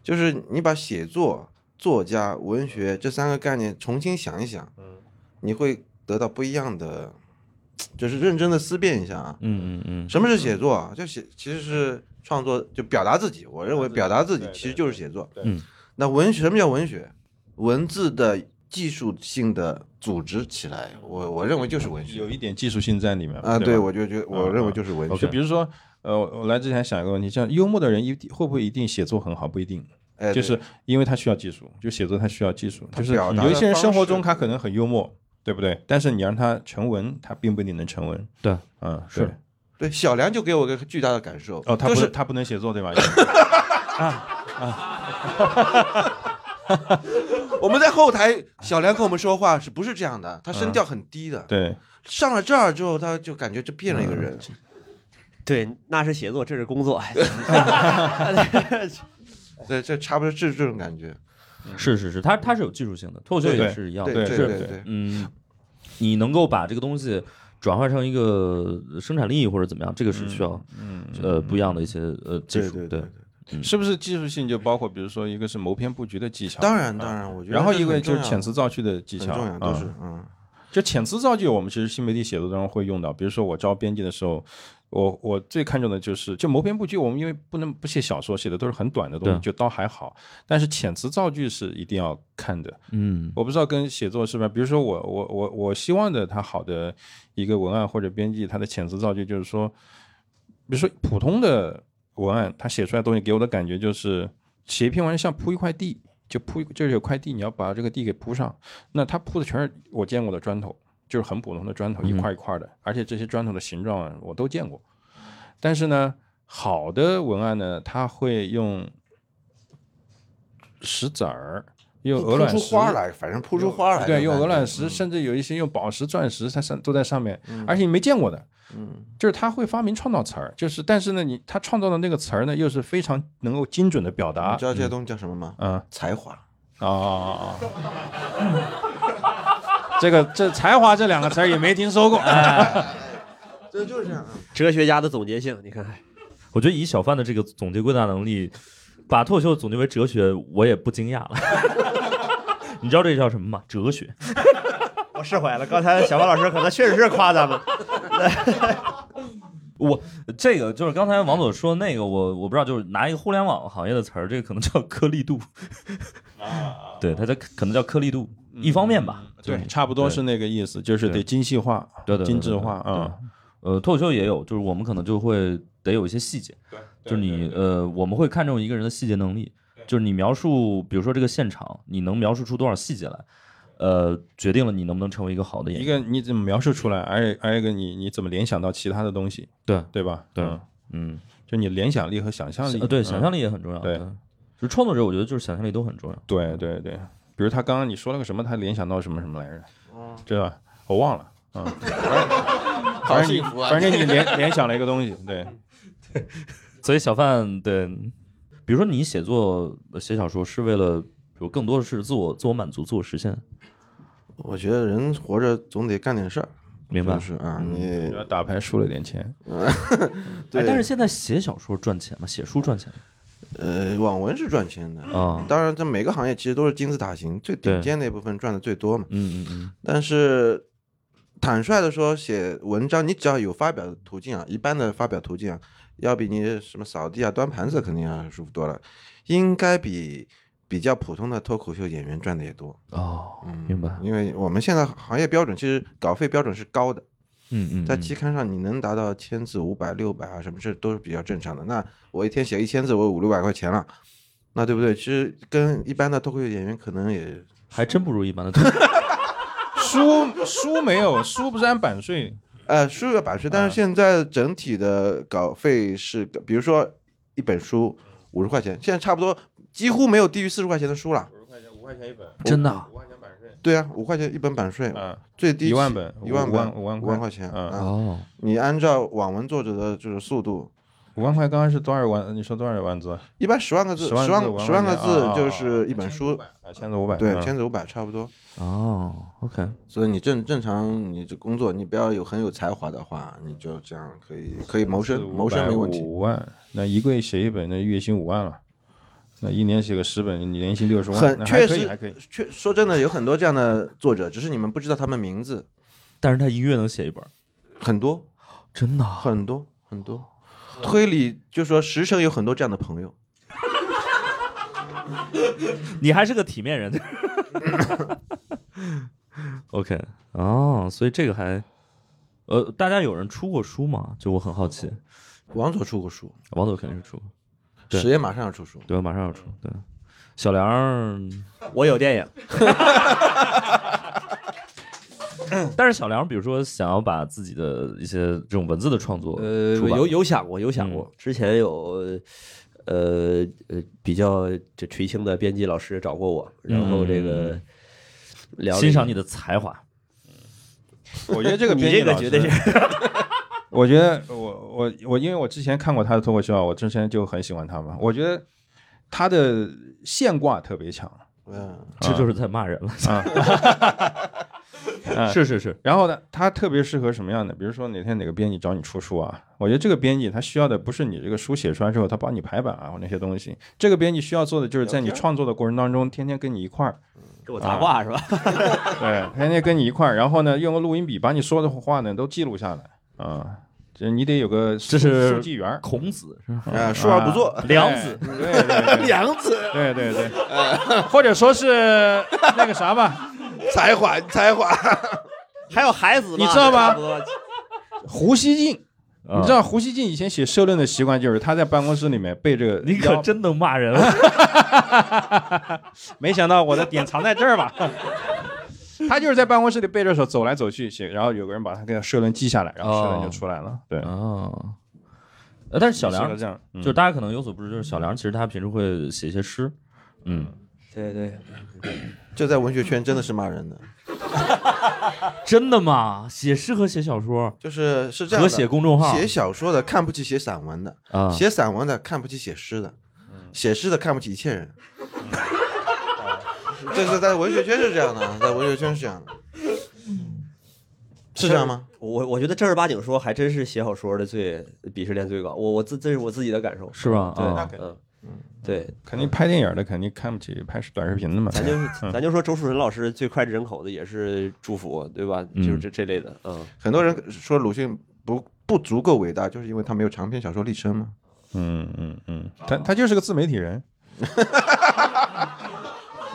B: 就是你把写作、作家、文学这三个概念重新想一想，
H: 嗯
B: 你会得到不一样的，就是认真的思辨一下啊。
A: 嗯嗯嗯。
B: 什么是写作啊？就写其实是创作，就表达自己。我认为表达自己其实就是写作。
A: 嗯，
B: 那文学什么叫文学？文字的技术性的组织起来，我我认为就是文学
C: 有一点技术性在里面
B: 啊。
C: 对
B: 对，
C: 吧
B: 我就觉得我认为就是文
C: 就
B: 学
C: 比。如说，呃，我我来之前想一个问题，像幽默的人一定会不会一定写作很好？不一定，
B: 哎，
C: 就
B: 对
C: 是因为他需要技术，就写作他需要技术，
B: 他
C: 就是
B: 表达
C: 有一
B: 的
C: 些人
B: 方
C: 生活
B: 式
C: 中他可能很幽默，对不对？但是你让他成文，他并不一定能成文。
A: 对，
C: 嗯，
A: 是
C: 对
B: 对小梁就给我一个巨大的感受
C: 哦，他不
B: 就是是
C: 他不能写作对吧？
B: 我们在后台，小梁跟我们说话是不是这样的？他
C: 嗯
B: 声调很低的，
C: 对，
B: 上了这儿之后，他就感觉就变了一个
C: 嗯
B: 人。
H: 对，那是写作，这是工作。
B: 对，这差不多是这种感觉。
A: 是是是，它它是有技术性的，脱口秀也是一样的，
B: 嗯对对
C: 对
A: 是
B: 对
C: 对
B: 对，
A: 嗯，你能够把这个东西转化成一个呃生产力或者怎么样，这个是需要
C: 嗯，
A: 呃不一样的一些呃技术，
B: 对
A: 对嗯
B: 对，
C: 是不是技术性就包括，比如说一个是谋篇布局的技巧，
B: 当然
C: 啊
B: 当然，我觉得
C: 然后
B: 这
C: 一个
B: 很
C: 就
B: 重
C: 是
B: 要
C: 遣词造句的技
B: 很
C: 巧，
B: 重要，都
C: 啊
B: 是嗯，
C: 就遣词造句，我们其实新媒体写作当中会用到。比如说我招编辑的时候，我我最看重的就是就谋篇布局，我们因为不能不写小说，写的都是很短的东西，
A: 对
C: 就倒还好。但是遣词造句是一定要看的。
A: 嗯
C: 我不知道跟写作是吧？比如说我我我我希望的他好的一个文案或者编辑，他的遣词造句就是说，比如说普通的文案，他写出来的东西给我的感觉就是写一篇文章像铺一块地，就铺就是有块地，你要把这个地给铺上，那他铺的全是我见过的砖头，就是很普通的砖头，一块一块的，而且这些砖头的形状啊我都见过。但是呢，好的文案呢，他会用石子儿，用鹅
B: 铺
C: 卵
B: 出
C: 石，
B: 花来，反正铺出花来。
C: 对，用
B: 这
C: 鹅
B: 种感
C: 卵
B: 觉嗯
C: 石，甚至有一些用宝石、钻石，它上都在上面，而且你没见过的，嗯，就是他会发明创造词儿，就是但是呢，你他创造的那个词儿呢，又是非常能够精准的表达
B: 你知，道这些东西叫什么吗？
C: 啊嗯，
B: 才华。
C: 啊啊啊啊！这个这才华这两个词儿也没听说过，哎，
B: 这就是这样。
H: 哲学家的总结性，你看，
A: 我觉得以小范的这个总结归纳能力，把脱口秀总结为哲学，我也不惊讶了。 你知道这叫什么吗？哲学。
G: 我释怀了。刚才小王老师可能确实是夸咱 们，
A: 我这个就是刚才王总说那个，我我不知道，就是拿一个互联网行业的词儿，这个可能叫颗粒度。
C: 啊
A: 对，
C: 嗯
A: 它叫可能叫颗粒度，一方面吧。
C: 对，差不多是那个意思，就是得
A: 对
C: 精细化，
A: 对对对对
C: 精致化
A: 对
C: 啊，
A: 呃，脱口秀也有，就是我们可能就会得有一些细节，就是你呃，我们会看重一个人的细节能力，就是你描述，比如说这个现场，你能描述出多少细节来，呃，决定了你能不能成为一个好的演
C: 一
A: 员。
C: 个你怎么描述出来，而而一个你你怎么联想到其他的东西，
A: 对
C: 对吧？
A: 对
C: 嗯
A: 嗯，
C: 就你联想力和想象力
A: 呃，，对，
C: 嗯
A: 想象力也很重要。
C: 对，
A: 就是创作者，我觉得就是想象力都很重要。
C: 对对对，比如他刚刚你说了个什么，他联想到什么什么来着？对吧？我忘了。 嗯，好幸福啊！反正你联联想了一个东西，对，
A: 所以小范对，比如说你写作呃写小说是为了，比如更多的是自我自我满足、自我实现，
B: 我觉得人活着总得干点事儿，
A: 明白？
B: 就是啊，
C: 嗯
B: 你
C: 然后打牌输了点钱，
A: 哎
B: 对，
A: 但是现在写小说赚钱吗？写书赚钱吗？
B: 呃，网文是赚钱的。
A: 啊，
B: 当然，在每个行业其实都是金字塔型，最顶
A: 对
B: 尖那部分赚的最多嘛。
A: 嗯嗯嗯，
B: 但是坦率的说，写文章你只要有发表的途径啊，一般的发表途径啊，要比你什么扫地啊、端盘子肯定要舒服多了，应该比比较普通的脱口秀演员赚的也多。
A: 哦，
B: 明白。因为我们现在行业标准其实稿费标准是高的，
A: 嗯嗯，
B: 在期刊上你能达到千字、五百、六百啊，什么这都是比较正常的。那我一天写一千字，我有五六百块钱了，那对不对？其实跟一般的脱口秀演员可能也
A: 还真不如一般的脱口秀。
C: 书书没有，书不是按版税，
B: 呃，书有版税，但
C: 嗯
B: 是现在整体的稿费是，比如说一本书五十块钱，现在差不多几乎没有低于四十块钱的书了。
C: 五块钱一本，
A: 真的啊
C: 五块钱版税，
B: 对啊，五块钱一本版税，
C: 嗯，
B: 最低
C: 一万本
B: 一万
C: 五
B: 本
C: 万五万
B: 五万
C: 块
B: 块钱。啊
C: 嗯
A: 哦，
B: 你按照网文作者的这个速度，
C: 五万块刚刚是多少万？你说多少万字？啊
B: 一般十万个字，
C: 十
B: 十
C: 万字
B: 万十万个字
C: 啊
B: 就是一本书，
C: 啊，千字五百，
B: 对，
C: 嗯
B: 千字五百差不多。
A: 哦，OK，
B: 所以你正正常，你这工作，你不要有很有才华的话，你就这样可以可以谋生，谋生没问题。
C: 五万，那一个月写一本，那月薪五万了，那一年写个十本，你年薪六十万，
B: 很
C: 那
B: 确
C: 还可以，啊
B: 实
C: 还可以。，
B: 确说真的，有很多这样的作者，只是你们不知道他们名字，
A: 但是他一个月能写一本，
B: 很多
A: 真的啊
B: 很多很多。推理就说石城有很多这样的朋友，
A: 你还是个体面人。OK，哦，所以这个还，呃，大家有人出过书吗？就我很好奇，
B: 王佐出过书，
A: 王总肯定是出过，对
B: 石爷马上要出书，
A: 对吧？马上要出，对。小梁儿，
D: 我有电影，
A: 但是小梁，比如说想要把自己的一些这种文字的创作，
D: 呃，
A: 出版嗯
D: 有有想过，有想过，之前有。呃呃，比较这垂青的编辑老师找过我，然后这个聊
A: 嗯欣赏
D: 这
A: 你的才华，
C: 我觉得这
D: 个
C: 个
D: 你
C: 编辑
D: 这个
C: 老
D: 绝
C: 师
D: 对是，
C: 我觉得我我我，因为我之前看过他的脱口秀啊，我之前就很喜欢他嘛。我觉得他的现挂特别强
B: 嗯，
A: 这就是在骂人了。
C: 啊。
A: 是是是，
C: 然后呢，他特别适合什么样的？比如说哪天哪个编辑找你出书啊，我觉得这个编辑他需要的不是你这个书写出来之后他帮你排版啊或那些东西，这个编辑需要做的就是在你创作的过程当中，天天跟你一块儿，
D: 跟我搭话是吧？
C: 对，天天跟你一块儿，然后呢，用个录音笔把你说的话呢都记录下来啊。这你得有个
A: 这是
C: 书记员儿，
A: 孔子是吧？
B: 啊，述而不作，
A: 梁子
C: 对，对 对对
J: 梁子，
C: 对对对，或者说是那个啥吧，
B: 啊才华才华，
J: 还有孩子
C: 你知道
D: 差
C: 吗
D: 不？多
C: 胡锡进，你
A: 啊
C: 知道胡锡进以前写社论的习惯就是他在办公室里面背这个，
A: 你可真能骂人了。
C: 没想到我的点藏在这儿吧？ 他就是在办公室里背着手走来走去写，然后有个人把他的社论记下来，然后社论就出来了。对，
A: 哦，呃但是小
C: 是
A: 梁
C: 个这样，嗯
A: 就是大家可能有所不知，就是小梁其实他平时会写一些诗，嗯，
D: 对 对，
B: 这在文学圈真的是骂人的，
A: 真的吗？写诗和写小说
B: 就是是这样
A: 和
B: 的。
A: 写公众号
B: 写小说的看不起写散文的，
A: 啊，嗯
B: 写散文的看不起写诗的，写诗的看不起一切人。这是在文学圈是这样的， 在文学圈是这样的，是这样吗？
D: 我我觉得正儿八经说，还真是写小说的最鄙视链最高。我我自这是我自己的感受。
A: 是吧？
D: 对，
A: 啊，
D: 嗯，对，
C: 肯定拍电影的肯定看不起拍短视频的 嘛。
D: 咱就是
C: 嗯
D: 咱就说周树人老师最脍炙人口的也是祝福，对吧？
A: 嗯
D: 就是这这类的，嗯，
B: 很多人说鲁迅不不足够伟大，就是因为他没有长篇小说立身嘛。
C: 嗯嗯嗯，他他就是个自媒体人，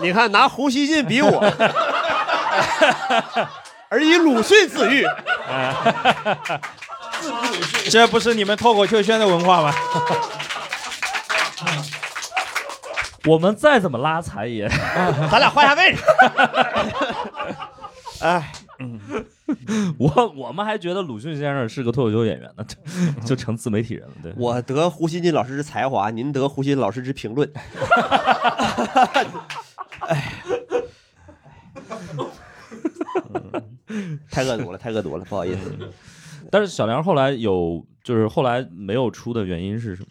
J: 你看拿胡锡进比我，而以鲁迅自喻，
C: 这 不是你们脱口秀圈的文化吗？
A: 我们再怎么拉财 也，
J: 咱俩换下 位置。
A: 哎我我们还觉得鲁迅先生是个脱口秀演员呢， 就就成自媒体人了。对，
D: 我得 胡锡进老师之才华，您得胡锡进老师之评论，哎， 太恶毒了， 太恶毒了，不好意思。
A: 但是小梁后来有，就是后来没有出的原因是什么？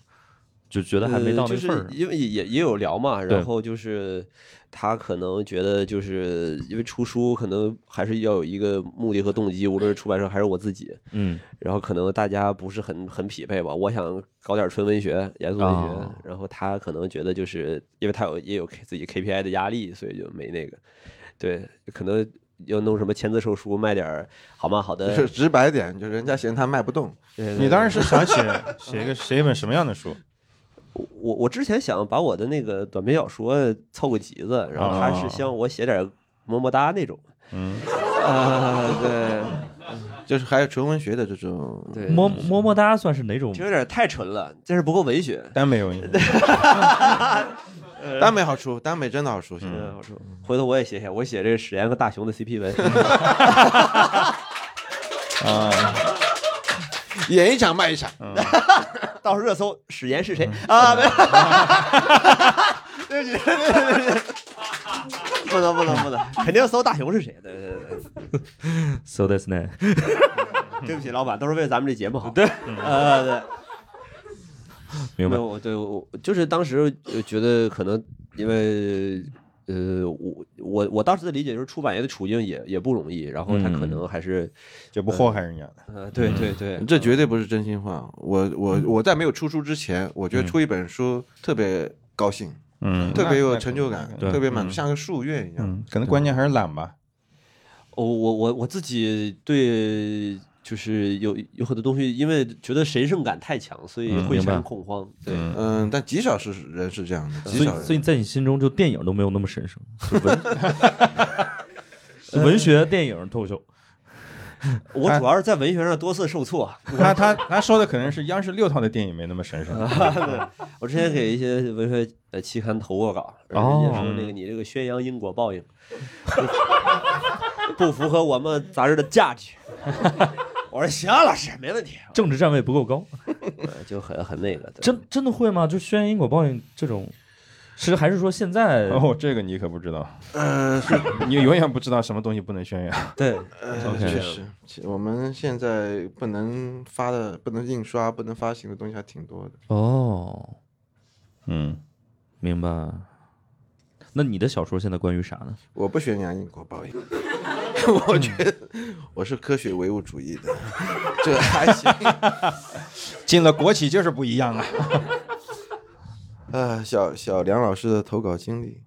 A: 就觉得还没到
D: 呃
A: 那份儿
D: 就
A: 上
D: 是、因为也也也有聊嘛，
A: 对
D: 然后就是他可能觉得就是因为出书可能还是要有一个目的和动机，无论是出版社还是我自己，
A: 嗯，
D: 然后可能大家不是很很匹配吧。我想搞点纯文学、严肃文学，
A: 哦
D: 然后他可能觉得就是因为他有也有 K- 自己 KPI 的压力，所以就没那个。对，可能又弄什么签字售书，卖点儿好吗？好
B: 就
D: 的
B: 是，直白点，就人家嫌他卖不动。
C: 你当然是想写 写一个写一本什么样的书？
D: 我我之前想把我的那个短篇小说凑个集子，然后他
B: 哦
D: 是希望我写点么么哒那种。
C: 嗯，
D: 啊， 对，
B: 就是还有纯文学的这种，
D: 对
A: 么么么哒算是哪种？
K: 这有点太纯了，这是不够文学。
C: 耽美文学，
D: 呃
B: 耽美好出，耽美真的好出。现在
D: 我说嗯回头我也写写，我写这个史岩和大雄的 CP 文。
B: 啊演一场卖一场，
A: 嗯
K: 到时候热搜史岩是谁？
C: 嗯
D: 啊，
K: 对不起，对不起对不起，不能不能不能，肯定搜大雄是谁的。对对对
A: So that's n
K: 对不起，老板，都是为了咱们这节目好。
D: 啊对，
K: 呃，对，
A: 明
D: 没
A: 白
D: 有，我对我我就是当时呃觉得可能因为呃，我我我当时的理解就是出版业的处境也也不容易，然后他可
A: 嗯
D: 能还是、
C: 就不祸害人家的。
D: 呃，对对对，
B: 这绝对不是真心话。我我
A: 嗯
B: 我在没有出书之前，我觉得出一本书特别高兴，
C: 嗯，
B: 特别
C: 那
B: 有
C: 那
B: 成就感
C: 那，
A: 对
B: 特别满足，
A: 嗯
B: 像个树月一样。
C: 嗯，可能关键还是懒吧。
D: 我哦我我我自己对就是有有很多东西，因为觉得神圣感太强，所以
A: 嗯
D: 会
A: 明白
D: 产生恐慌。对，
C: 嗯
B: 嗯，但极少是人是这样的，极
A: 所以
B: 少，
A: 所以
B: 人。
A: 在你心中，就电影都没有那么神圣，就文 文学、电影、脱口秀。
D: 我主要是在文学上多次受挫。
C: 他他他说的可能是央视六套的电影没那么神 圣。
D: 我之前给一些文学呃期刊投过稿，人
A: 哦
D: 家说那个你这个宣扬因果报应， 不符合我们杂志的价值。
K: 我说行，老师没问题。
A: 政治站位不够高，
D: 呃就很很那个，对
A: 真真的会吗？就宣扬因果报应这种，是还是说现在
C: 哦，这个你可不知道，
B: 呃，是
C: 你永远不知道什么东西不能宣扬。
D: 对，
B: 呃
A: OK
B: 确实，其我们现在不能发的、不能印刷、不能发行的东西还挺多的。
A: 哦，
C: 嗯，
A: 明白。那你的小说现在关于啥呢？
B: 我不宣扬因果报应，我觉得我是科学唯物主义的，这还行。
C: 进了国企就是不一样啊。
B: 啊，小小梁老师的投稿经历，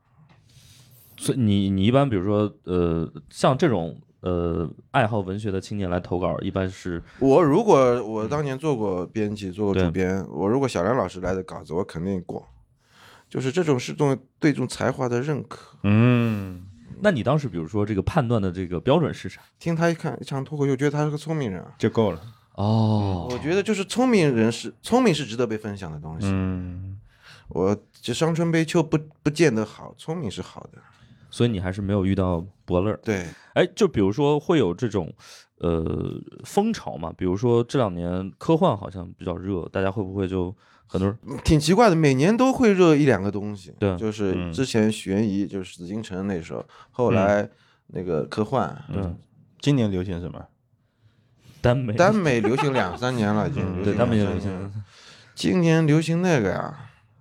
A: 所以你你一般比如说呃，像这种呃爱好文学的青年来投稿，一般是
B: 我如果我当年做过编辑，做过
A: 对
B: 主编，我如果小梁老师来的稿子，我肯定过。就是这种是种对这种才华的认可。
C: 嗯，
A: 那你当时比如说这个判断的这个标准是啥？
B: 听他一看一场脱口秀，觉得他是个聪明人啊。
C: 就够了。
A: 哦，
B: 我觉得就是聪明人是聪明是值得被分享的东西。
C: 嗯，
B: 我这伤春悲秋不不见得好，聪明是好的。
A: 所以你还是没有遇到伯乐。
B: 对，
A: 哎，就比如说会有这种呃风潮嘛，比如说这两年科幻好像比较热，大家会不会就很多人
B: 嗯挺奇怪的，每年都会热一两个东西。
A: 对
B: 就是
C: 嗯
B: 之前悬疑，就是紫禁城那时候，后来那个科幻，
A: 嗯
C: 今年流行什么？
A: 耽美嗯
B: 耽美流行两三年了，已经。
A: 对耽美
B: 也
C: 嗯
A: 流行
B: 今年流行那个呀，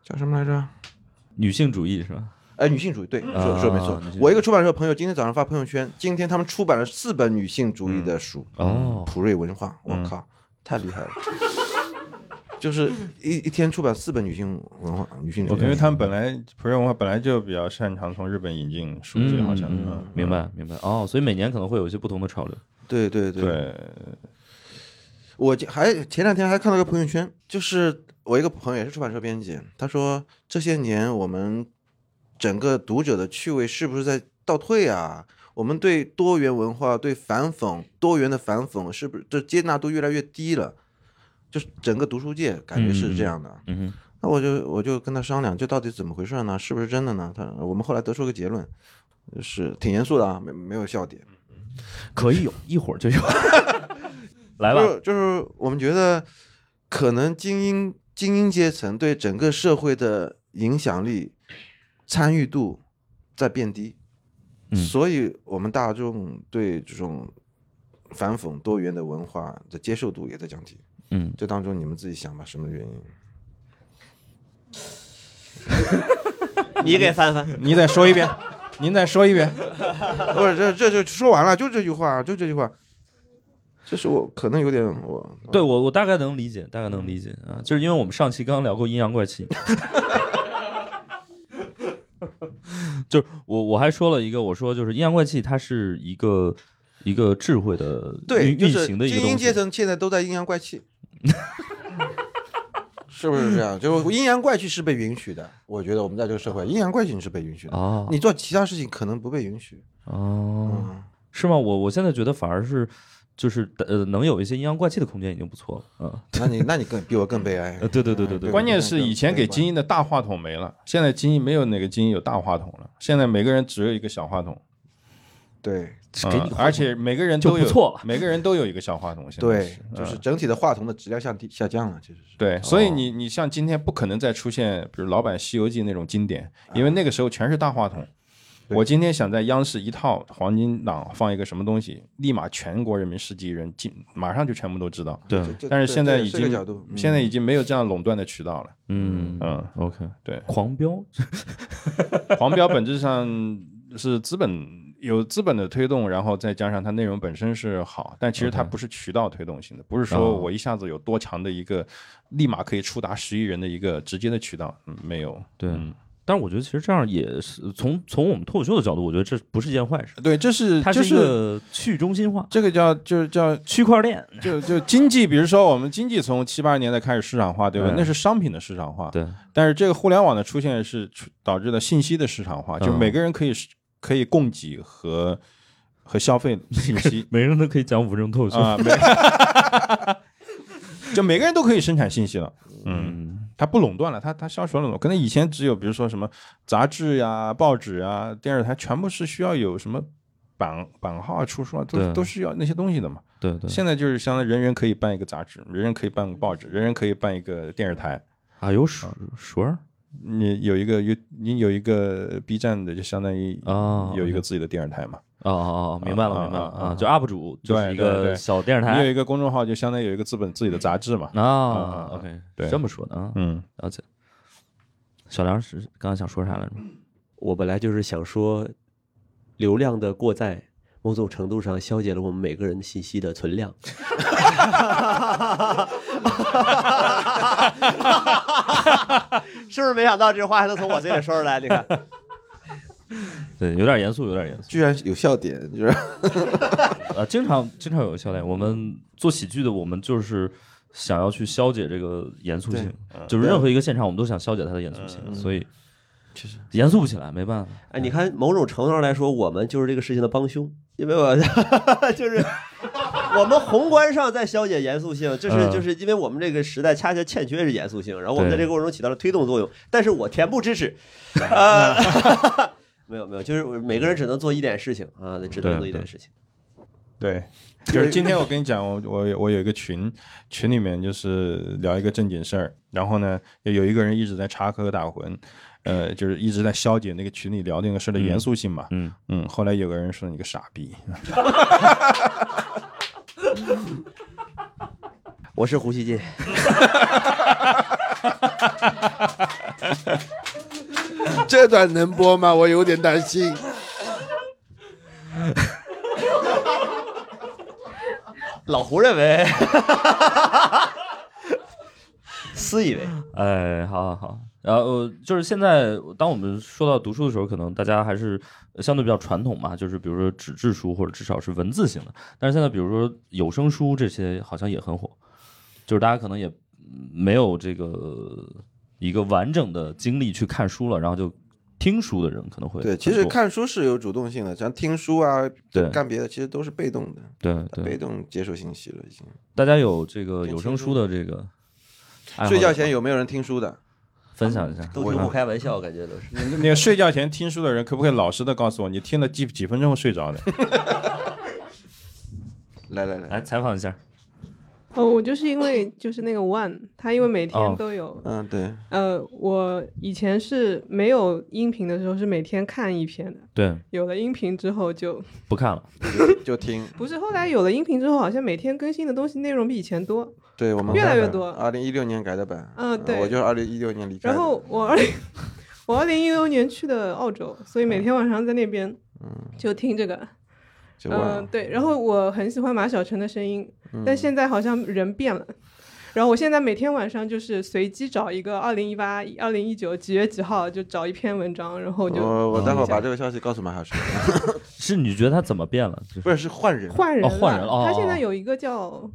B: 叫什么来着？
A: 女性主义是吧？
B: 哎，女性主义，
C: 嗯
B: 对，
A: 啊
B: 说说没错
A: 女性主义。
B: 我一个出版社朋友今天早上发朋友圈，今天他们出版了四本女性主义的书，
A: 哦，
B: 普瑞文化，我
C: 嗯
B: 靠，太厉害了！ 就是一一天出版四本女性文化，女性主义，
C: 因为他们本来普瑞文化本来就比较擅长从日本引进书籍，好像。
A: 嗯嗯明白明白哦，所以每年可能会有一些不同的潮 流。
B: 对对对
C: 对，
B: 我就还前两天还看到个朋友圈，就是我一个朋友也是出版社编辑，他说这些年我们整个读者的趣味是不是在倒退啊？我们对多元文化、对反讽、多元的反讽，是不是这接纳度越来越低了？就是整个读书界感觉是这样的。
A: 嗯
B: 那我就我就跟他商量，这到底怎么回事呢？是不是真的呢？他我们后来得出个结论，是挺严肃的啊，没没有笑点。
A: 哼，嗯可以有，一会儿 就有。来吧，
B: 就是就是我们觉得，可能精英精英阶层对整个社会的影响力、参与度在变低，
A: 嗯
B: 所以我们大众对这种反讽多元的文化的接受度也在降低。
A: 嗯，
B: 这当中你们自己想吧，什么原因？
K: 你给翻翻，
C: 你再说一 遍，您再说一遍。
B: 不是这这就说完了，就这句话，就这句话。这是我可能有点我
A: 对我我大概能理解，大概能理解啊，就是因为我们上期刚聊过阴阳怪气。 就是我我还说了一个，我说就是阴阳怪气，它是一个一个智慧的
B: 对，
A: 运
B: 就
A: 运
B: 是
A: 行的一个
B: 精
A: 东
B: 英
A: 西
B: 阶。层现在都在阴阳怪 气，是不是这样？就是阴阳怪气是被允许的，我觉得我们在这个社会，阴阳怪气你是被允许的。
A: 哦
B: 你做嗯其他事情可能不被允许。
A: 哦，是吗？我我现在觉得反而是就是呃，能有一些阴阳怪气的空间已经不错了。嗯，
B: 那你那你更比我更悲哀。
A: 呃，对对对对对，
C: 关键是以前给精英的大话筒没了，现在精英没有哪个精英有大话筒了，现在每个人只有一个小话筒。
B: 对，
A: 给你个话筒
C: 啊嗯而且每个人都
A: 就
C: 有
A: 不错了
C: 每个人都有一个小话筒。现在
B: 对
C: 是，
B: 就是
C: 嗯
B: 整体的话筒的质量下低下降了，其实是。
A: 哦
C: 对，所以你你像今天不可能再出现，比如老版《西游记》那种经典，因为那个时候全是大话筒。我今天想在央视一套黄金档放一个什么东西，立马全国人民十几亿人进，马上就全部都知道。
A: 对，
B: 这
C: 但是
B: 这
C: 现在
B: 这
C: 已
B: 是个
C: 经
B: 角度嗯
C: 现在已经没有这样垄断的渠道了。
A: 嗯
C: 嗯，
A: ，OK，
C: 对，
A: 狂飙，
C: 黄标本质上是资本有资本的推动，然后再加上它内容本身是好，但其实它
A: OK
C: 不是渠道推动性的，不是
A: 哦
C: 说我一下子有多强的一个立马可以触达十亿人的一个直接的渠道，嗯没有。
A: 对。但是我觉得其实这样也是从从我们脱口秀的角度，我觉得这不是一件坏事，
C: 对，这是
A: 它
C: 就是
A: 一个去中心化、
C: 这个叫就是叫
A: 区块链。
C: 就就经济，比如说我们经济从七八十年代开始市场化，对吧？
A: 嗯
C: 那是商品的市场化，
A: 对，
C: 但是这个互联网的出现是出导致了信息的市场化，就
A: 嗯
C: 每个人可以是可以供给和和消费信息。
A: 每个人都可以讲五分钟脱口秀。
C: 啊，没， 就每个人都可以生产信息了。嗯，
A: 嗯，
C: 它不垄断了，它它消除了垄断。可能以前只有比如说什么杂志呀、报纸呀、电视台，全部是需要有什么版版号啊、出书啊，
A: 对
C: 都都是要那些东西的嘛。
A: 对对。
C: 现在就是相当于人人可以办一个杂志，人人可以办个报纸，人人可以办一个电视台。
A: 啊，有水水儿
C: 嗯你有一个有你有一个 B 站的，就相当于
A: 啊
C: 有一个自己的电视台嘛。
A: 哦哦哦，明白了
C: 啊
A: 明白了
C: 啊啊
A: 啊，就 UP 主就是一
C: 对对
A: 个
C: 对
A: 小电视
C: 你有
A: 台
C: 一个公众号，就相当于有一个资本自己的杂志嘛。
A: 啊
C: 啊。
A: OK，
C: 对
A: 这么说的啊，
C: 嗯，
A: 了解。小梁是刚刚想说啥来着？
H: 我本来就是想说，流量的过载某种程度上消解了我们每个人信息的存量。
G: 是不是没想到这话还能从 我嘴里说出来？你看，
A: 对，有点严肃，有点严肃
B: 居然有笑点，就是
A: 啊。经常经常有笑点，我们做喜剧的，我们就是想要去消解这个严肃性，就是任何一个现场，我们都想消解它 的严肃性，所以
B: 确实
A: 严肃不起来，没办法。
H: 嗯哎，你看，某种程度上来说，我们就是这个事情的帮凶，因为我 就是我们宏观上在消解严肃性，就是
A: 嗯
H: 就是因为我们这个时代恰恰欠缺是严肃性，然后我们在
A: 对
H: 这个过程中起到了推动作用，但是我恬不知 耻，呃，
B: 嗯
H: 没有没有，就是每个人只能做一点事情啊，只能做一点事情。
C: 对，就是今天我跟你讲，我我有我有一个群，群里面就是聊一个正经事儿，然后呢，有一个人一直在插科打诨，呃，就是一直在消解那个群里聊那个事儿的严肃性嘛。
A: 嗯
C: 嗯，后来有个人说你个傻逼，
H: 我是胡锡进，
B: 这段能播吗？我有点担心。
H: 老胡认为， 私以为，
A: 哎，好好好，然后、呃、就是现在，当我们说到读书的时候，可能大家还是呃相对比较传统嘛，就是比如说纸质书或者至少是文字型的。但是现在，比如说有声书这些，好像也很火，就是大家可能也嗯没有这个呃一个完整的经历去看书了，然后就听书的人可能会
B: 对，
A: 很
B: 其实
A: 多
B: 看书是有主动性的，像听书啊，
A: 对
B: 干别的其实都是被动的，啊
A: 对
B: 被
A: 对，
B: 动接受信息了已经。
A: 大家有这个
B: 听
A: 有声
B: 听
A: 书的这个爱好
B: 睡觉
A: 者
B: 前
A: 吗
B: 有没有人听书的？
A: 分享一下，
H: 都
A: 我
H: 听不开玩笑，感觉都是。
C: 你那个睡觉前听书的人，可不可以老实的告诉我，你听了几几分钟睡着的？
B: 来来来，
A: 来采访一下，
L: 哦，我就是因为就是那个 One，他因为每
A: 哦
L: 天都有，
B: 嗯，对，
L: 呃，我以前是没有音频的时候是每天看一篇的，
A: 对，
L: 有了音频之后就
A: 不看了，
B: 就就 听。
L: 不是，后来有了音频之后，好像每天更新的东西内容比以前多。
B: 对我们
L: 越来越多
B: 二零一六年改的版。
L: 嗯
B: 呃
L: 对
B: 我就是二零一六年离开的。
L: 然后我二零 我二零一六年去的澳洲，所以
B: 嗯
L: 每天晚上在那边就听这个，
B: 就嗯
L: 嗯、
B: 忘了。
L: 对。然后我很喜欢马晓晨的声音，但现在好像人变了。然后我现在每天晚上就是随机找一个二零一八、二零一九几月几号就找一篇文章，然后就嗯
B: 我我待会儿把这
L: 个
B: 个消息告诉马小石，
A: 是你觉得他怎么变了？就是
B: 不是是换人，
L: 换人了、
A: 哦换人了哦
L: 他现在有一个叫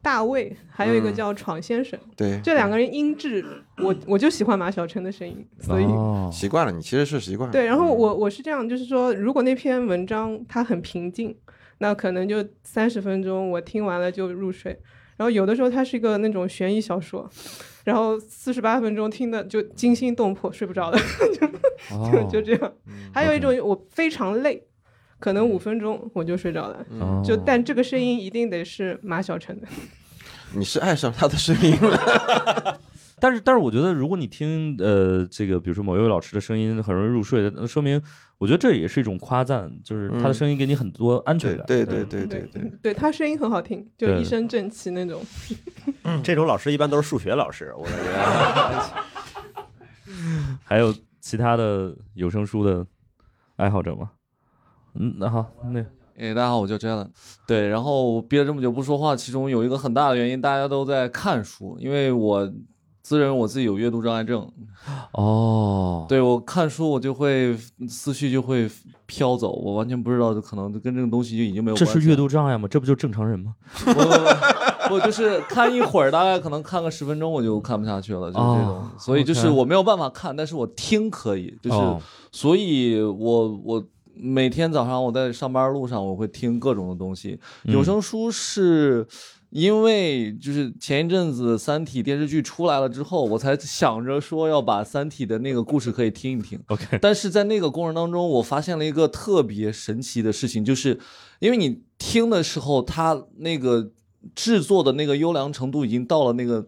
L: 大卫，还有一
B: 嗯
L: 个叫闯先生。
B: 对
L: 这两个人音质，我我就喜欢马晓晨的声音，
B: 哦
L: 所以、
A: 哦
B: 习惯了，你其实是习惯了。
L: 对，然后我我是这样，就是说，如果那篇文章它很平静，那可能就三十分钟，我听完了就入睡。然后有的时候它是一个那种悬疑小说，然后四十八分钟听的就惊心动魄，睡不着的，
A: 哦
B: 哦
L: 就就这样。
B: 嗯
L: 还有一种我非常累，可能五分钟我就睡着了，
B: 嗯
L: 就
B: 哦
L: 但这个声音一定得是马晓晨的。
B: 你是爱上他的声音了，
A: 但是，但是我觉得，如果你听呃，这个比如说某一位老师的声音很容易入睡的，那说明我觉得这也是一种夸赞，就是他
K: 嗯
A: 的声音给你很多安全感。
B: 对对对对对，
L: 对他声音很好听，就
G: 对
L: 一身正气那种。
G: 嗯这种老师一般都是数学老师，我感觉。
A: 还有其他的有声书的爱好者吗？嗯，那好，那
K: 哎，大家好，我叫 Jalen。对，然后我憋了这么久不说话，其中有一个很大的原因，大家都在看书，因为我自认为我自己有阅读障碍症。
A: 哦，
K: 对我看书，我就会思绪就会飘走，我完全不知道，可能跟这个东西就已经没有
A: 这
K: 关系了。啊
A: 是阅读障碍吗？这不就正常人吗？
K: 我就是看一会儿，大概可能看个十分钟，我就看不下去了，就是这种。
A: 哦
K: 所以就是
A: OK
K: 我没有办法看，但是我听可以，就是、
A: 哦
K: 所以我我每天早上我在上班路上，我会听各种的东西。
A: 嗯
K: 有声书是因为就是前一阵子《三体》电视剧出来了之后，我才想着说要把《三体》的那个故事可以听一听。
A: OK，
K: 但是在那个过程当中，我发现了一个特别神奇的事情，就是因为你听的时候，它那个制作的那个优良程度已经到了那个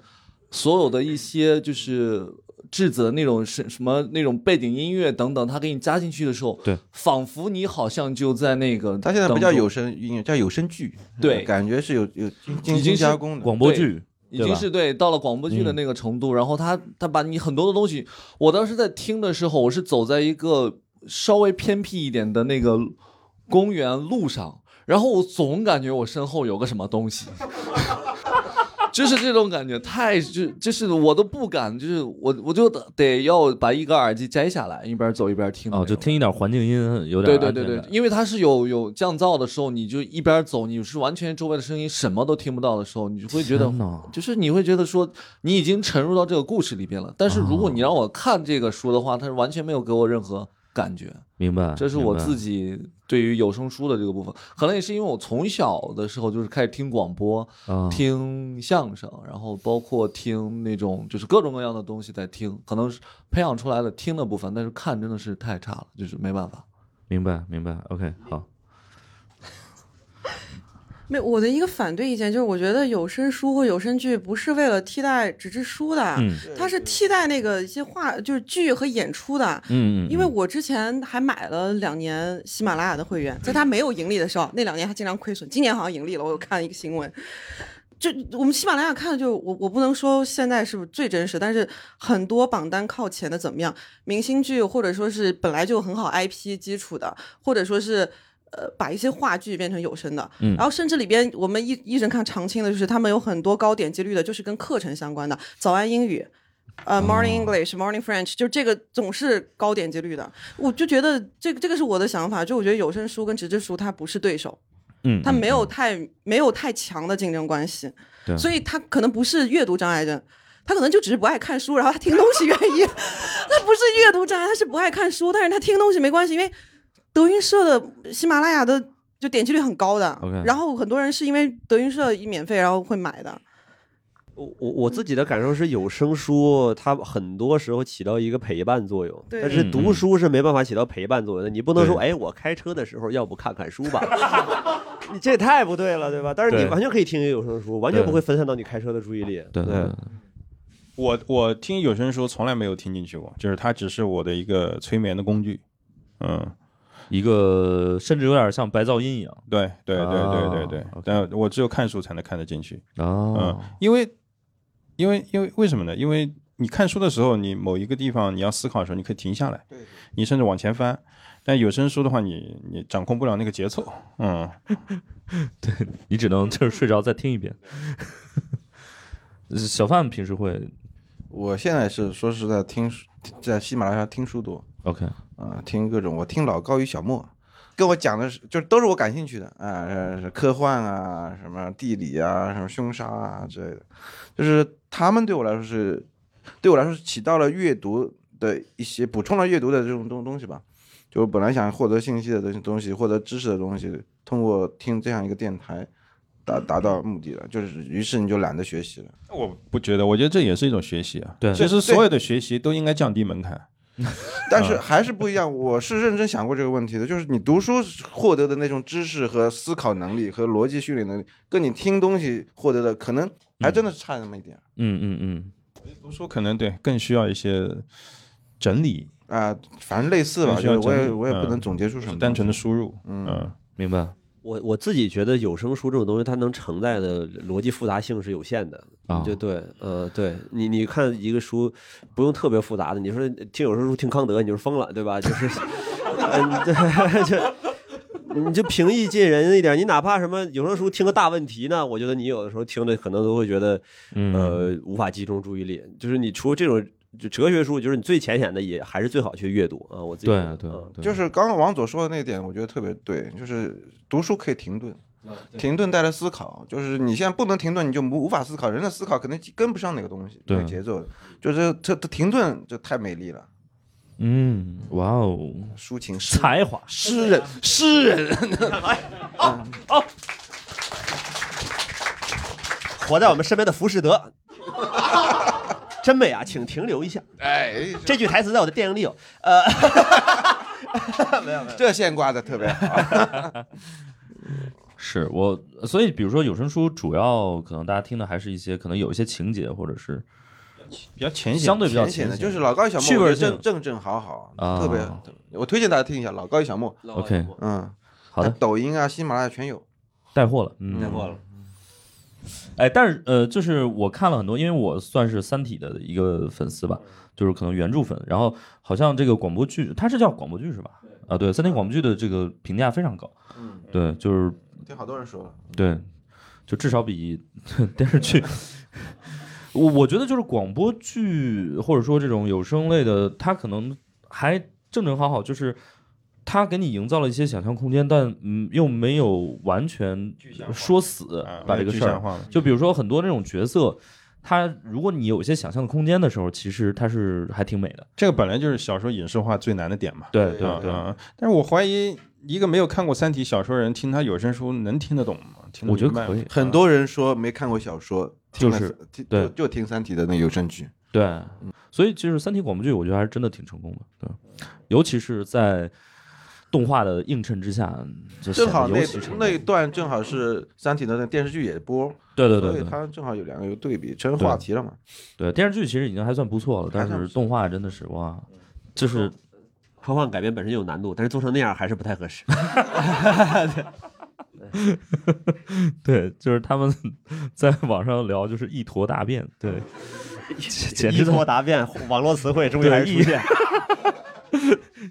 K: 所有的一些就是质子的那种什什么那种背景音乐等等，它给你加进去的时候，
A: 对，
K: 仿佛你好像就在那个
B: 他现在不
K: 当
B: 叫
K: 中
B: 有声音乐，叫有声剧，
K: 对
B: 感觉是有有精
A: 嗯
K: 已经
B: 精
K: 是
B: 加工的
A: 广播剧
K: 已
A: 对
K: 经
A: 吧嗯
K: 是对到了广播剧的那个程度。然后他他把你很多的东西，我当时在听的时候，我是走在一个稍微偏僻一点的那个公园路上，然后我总感觉我身后有个什么东西。 就是这种感觉，太就就是我都不敢，就是我我就得得要把一个耳机摘下来，一边走一边听的
A: 哦，就听一点环境音，有点
K: 对对
A: 安全
K: 对对
A: 感，
K: 因为它是有有降噪的时候，你就一边走，你是完全周围的声音什么都听不到的时候，你就会觉得
A: 天哪，
K: 就是你会觉得说你已经沉入到这个故事里边了。但是如果你
A: 哦
K: 让我看这个书的话，它是完全没有给我任何感觉。
A: 明白。
K: 这是我
A: 明白
K: 自己对于有声书的这个部分，可能也是因为我从小的时候就是开始听广播、
A: 啊
K: 听相声，然后包括听那种就是各种各样的东西在听，可能是培养出来的听的部分，但是看真的是太差了，就是没办法。
A: 明白明白。OK，好，
F: 没有，我的一个反对意见就是，我觉得有声书或有声剧不是为了替代纸质书的，
A: 嗯
F: 它是替代那个一些话，就是剧和演出的。
A: 嗯嗯嗯
F: 因为我之前还买了两年喜马拉雅的会员，在它没有盈利的时候，那两年还经常亏损，今年好像盈利了，我有看一个新闻。就我们喜马拉雅看的，就我我不能说现在是不是最真实，但是很多榜单靠前的怎么样，明星剧或者说是本来就很好 IP 基础的，或者说是呃把一些话剧变成有声的，
M: 嗯
F: 然后甚至里边我们一一直看常青的，就是他们有很多高点击率的，就是跟课程相关的，早安英语。呃、m o r n i n g English、Morning French，就这个总是高点击率的，我就觉得这个这个是我的想法，就我觉得有声书跟纸质书它不是对手，
A: 嗯，
F: 它
A: 嗯
F: 没有太、没有太强的竞争关系，
A: 对啊
F: 所以他可能不是阅读障碍症，他可能就只是不爱看书，然后他听东西愿意， 他不是阅读障碍，他是不爱看书，但是他听东西没关系，因为德云社的喜马拉雅的就点击率很高的
H: OK
F: 然后很多人是因为德云社一免费然后会买的，
H: 我我自己的感受是，有声书它很多时候起到一个陪伴作用，
F: 对
H: 但是
F: 嗯
H: 读书是没办法起到陪伴作用的。你不能说，
A: 对
H: 哎，我开车的时候要不看看书吧，你这也太不对了，对吧？但是你
A: 对
H: 完全可以听有声书，完全不会分散到你开车的注意力。
A: 对对对
C: 我我听有声书从来没有听进去过，就是它只是我的一个催眠的工具。嗯，
A: 一个甚至有点像白噪音一样。
C: 对对对对对对
A: 啊，
C: 但我只有看书才能看得进去。
A: 哦
C: 嗯，因为因为因为为什么呢？因为你看书的时候，你某一个地方你要思考的时候，你可以停下来，你甚至往前翻。但有声书的话你，你掌控不了那个节奏， 嗯，
A: 你只能就是睡着再听一遍。小范平时会
B: 我现在是说实在听书，在喜马拉雅听书多，
A: OK，
B: 啊，听各种，我听老高与小莫，跟我讲的是，就是都是我感兴趣的啊，是是科幻啊，什么地理啊，什么凶杀啊之类的，就是他们对我来说是，对我来说是起到了阅读的一些补充了阅读的这种东东西吧。就我本来想获得信息的东西，东西获得知识的东西，通过听这样一个电台达达到目的了，就是于是你就懒得学习了。
C: 我不觉得，我觉得这也是一种学习啊。
A: 对
C: 其实
B: 对
C: 所有的学习都应该降低门槛。
B: 但是还是不一样。我是认真想过这个问题的，就是你读书获得的那种知识和思考能力和逻辑训练能力，跟你听东西获得的可能还真的是差那么一点。
A: 嗯嗯嗯，
C: 读书可能对更需要一些整理
B: 啊，反正类似吧
C: 更需要
B: 就是我也
C: 整理
B: 我也不
C: 嗯
B: 能总结出什么
C: 单纯的输入，
B: 嗯，
A: 明白。
D: 我我自己觉得有声书这种东西，它能承载的逻辑复杂性是有限的
A: 啊
D: 就对，呃，对你你看一个书，不用特别复杂的，你说听有声书听康德，你就是疯了，对吧？就是，嗯，对， 就你就平易近人一点，你哪怕什么有声书听个大问题呢，我觉得你有的时候听着可能都会觉得，
A: 嗯
D: 呃，无法集中注意力。就是你除了这种就哲学书，就是你最浅显的也还是最好去阅读啊、我自己觉得
A: 对对
D: 嗯
B: 就是刚刚王佐说的那点，我觉得特别对，就是读书可以停顿。停顿带来思考，就是你现在不能停顿，你就无无法思考。人的思考可能跟不上那个东西，那
A: 对
B: 个节奏的，就是这这停顿就太美丽了。
A: 嗯，哇哦，
B: 抒情
A: 才华，
B: 诗人，诗 人，
K: 哦哦，
D: 活在我们身边的浮士德，
K: 真美啊，请停留一下。
B: 哎，
K: 这句台词在我的电影里有，呃， 没有没有，
B: 这线挂的特别好。
A: 是我，所以比如说有声书，主要可能大家听的还是一些可能有一些情节，或者是
C: 比较浅显
A: 相对比较
B: 浅显的，
A: 浅
B: 就是老高与小莫，
A: 趣
B: 我
A: 味
B: 觉得
A: 性
B: 正正正好好，
A: 啊
B: 特别，特别我推荐大家听一下老高与小莫。
A: OK
B: 嗯，
A: 好的
B: 它抖音啊、喜马拉雅全有。
A: 带货了，嗯，
B: 带货了。
A: 哎，但是呃，就是我看了很多，因为我算是《三体》的一个粉丝吧，就是可能原著粉。然后好像这个广播剧，它是叫广播剧是吧？啊，对，《三体》广播剧的这个评价非常高，
B: 嗯，
A: 对，就是
B: 听好多人说了，
A: 对，就至少比 电视剧，我我觉得就是广播剧或者说这种有声类的，它可能还正正好好，就是它给你营造了一些想象空间，但嗯又没有完全说死把这个事
C: 啊具象
A: 儿
C: 化了。
A: 就比如说很多这种角色，它如果你有一些想象的空间的时候，其实它是还挺美的。
C: 这个本来就是小说影视化最难的点嘛。
A: 对对
C: 啊
A: 对
C: 啊但是我怀疑一个没有看过《三体》小说的人听他有声书能听得懂吗？听得明白吗
B: 很多人说没看过小说，听了
A: 就是
B: 听
A: 对
B: 就就听《三体》的那有声剧。
A: 对，所以其实《三体》广播剧，我觉得还是真的挺成功的，对，尤其是在动画的映衬之下，就显
B: 正
A: 得
B: 好那
A: 尤其成功
B: 那一段正好是《三体》的那电视剧也播，
A: 对对对
B: 所以
A: 对
B: 它正好有两个有对比，成话题了嘛。
A: 对电视剧其实已经还算不错了，但是 动画真的是哇，就是
D: 科幻改编本身就有难度，但是做成那样还是不太合适。
A: 对， 就是他们 在网上聊，就是一坨大便，对，
B: 哦
A: 简直
K: 一坨答 辩，网络词汇终于还是出现。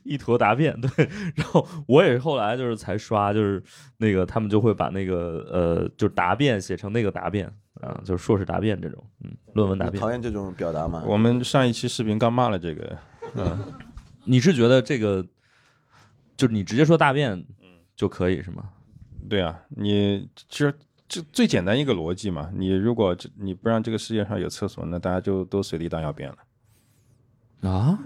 A: 一坨答辩，对。然后我也是后来就是才刷，就是那个他们就会把那个呃，就是答辩写成那个答辩啊，就是硕士答辩这种，嗯，论文答辩。
B: 讨厌这种表达吗？
C: 我们上一期视频刚骂了这个，嗯，
A: 你是觉得这个就是你直接说大便就可以是吗？
C: 对啊，你其实这最简单一个逻辑嘛，你如果这你不让这个世界上有厕所，那大家就都随地大小便了。
A: 啊？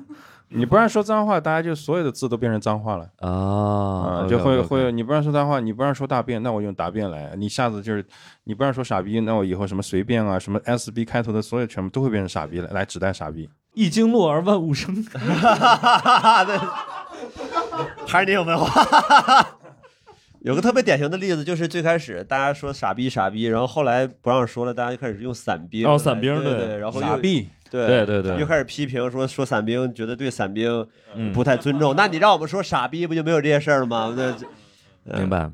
C: 你不让说脏话，大家就所有的字都变成脏话了
A: 啊
C: 啊、
A: OK，
C: 就会
A: OK，OK
C: 会，你不让说脏话，你不让说大便，那我用答辩来，你下次就是你不让说傻逼，那我以后什么随便啊，什么 S B 开头的所有全部都会变成傻逼了，来指代傻逼。
A: 一 经落而万物生，
K: 对，还是你有文化。
D: 有个特别典型的例子，就是最开始大家说傻逼傻逼，然后后来不让说了，大家就开始用散兵来。
A: 哦散兵
D: 对
A: 对
D: 然后又
A: 傻逼
D: 对
A: 对对对
D: 又开始批评说说散兵，觉得对散兵
A: 嗯
D: 不太 尊重。那你让我们说傻逼，不就没有这些事儿了吗？那这
A: 明白。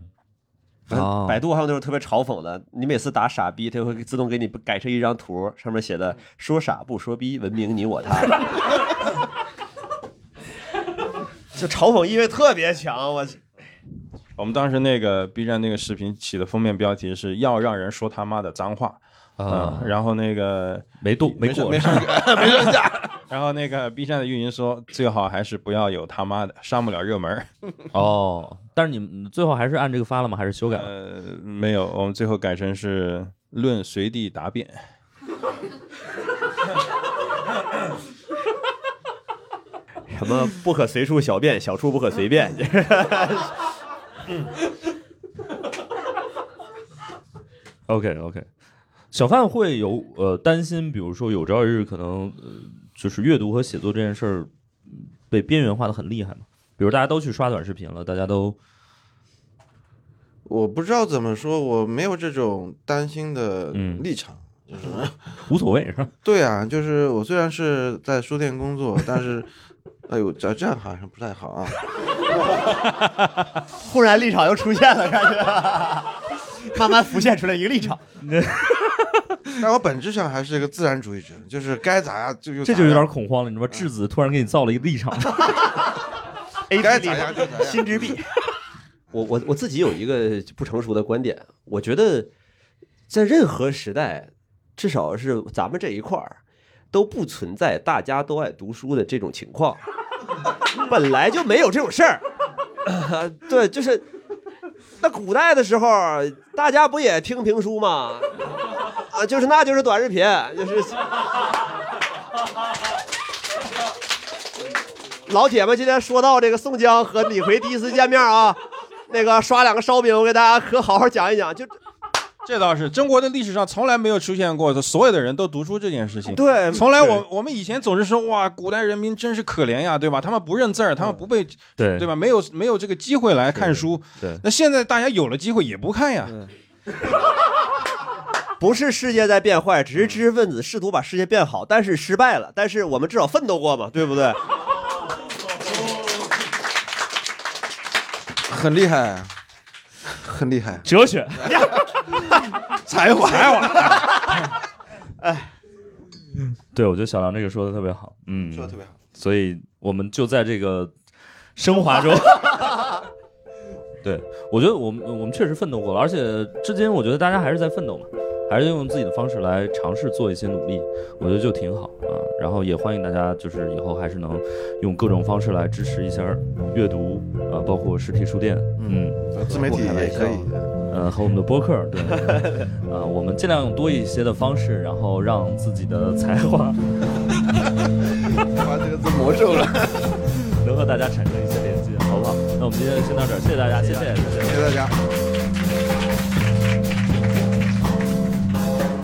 D: 反
A: 哦
D: 正百度还有那种特别嘲讽的，你每次打傻逼，它会自动给你改成一张图，上面写的“说傻不说逼，文明你我 他”，就嘲讽意味特别强。我
C: 我们当时那个 B 站那个视频起的封面标题是要让人说他妈的脏话，
A: 啊
C: 嗯然后那个
A: 没度
C: 没
A: 过
C: 没上
A: 没上
C: 架。 然后那个 B 站的运营说，最好还是不要有他妈的，上不了热门儿。
A: 哦，但是你们最后还是按这个发了吗？还是修改了？
C: 呃，没有，我们最后改成是论随地答辩。
G: 什么不可随处小便，小处不可随便。
A: OK OK，小范会有呃担心，比如说有朝一日可能呃就是阅读和写作这件事儿嗯被边缘化的很厉害嘛？比如大家都去刷短视频了，大家都
B: 我不知道怎么说，我没有这种担心的
A: 嗯
B: 立场，就是
A: 无所谓是吧？
B: 对啊，就是我虽然是在书店工作，但是， 哎呦，这这样好像不太好啊。
G: 忽然立场又出现了，感觉 慢慢浮现出来一个立场。
B: 但我本质上还是一个自然主义者，就是该咋就就
A: 这
B: 咋
A: 就有点
B: 样
A: 恐慌了，你知道吗？质子突然给你造了一个立场，
G: A
B: 啊该咋样就咋样，
G: 心之壁。
H: 我我我自己有一个不成熟的观点，我觉得在任何时代，至少是咱们这一块儿，都不存在大家都爱读书的这种情况，本来就没有这种事 儿。对，就是那古代的时候，大家不也听评书吗？啊，就是那就是短视频，就是老铁们，今天说到这个宋江和李逵第一次见面啊，那个刷两个烧饼，我给大家可好好讲一讲。就
C: 这倒是，中国的历史上从来没有出现过所有的人都读书这件事情。
G: 对
C: 从来
G: 对
C: 我我们以前总是说哇，古代人民真是可怜呀，对吧？他们不认字儿，他们不被
A: 嗯对
C: 对吧？没有没有这个机会来看书。
A: 对，嗯
C: 那现在大家有了机会也不看呀。
G: 不是
H: 世界在变坏，只是知识分子试图把世界变好，但是失败了。但是我们至少奋斗过嘛，对不对？
B: 很厉害啊， 很厉害。
A: 哲学，
G: 才华，才华。
A: 对，我觉得小梁这个说的特别好，嗯，
B: 说得特别好，
A: 所以我们就在这个升华中。对，我觉得我们我们确实奋斗过了，而且至今我觉得大家还是在奋斗嘛，还是用自己的方式来尝试做一些努力，我觉得就挺好啊。然后也欢迎大家就是以后还是能用各种方式来支持一下阅读啊，包括实体书店，嗯，
B: 自媒体也可以。
A: 呃，和我们的播客，对，呃，我们尽量用多一些的方式，然后让自己的才华
B: 把这个字魔咒了，
A: 能和大家产生一些连接，好不好？那我们今天就先到 这儿，谢谢大家，谢谢，谢
B: 谢大家。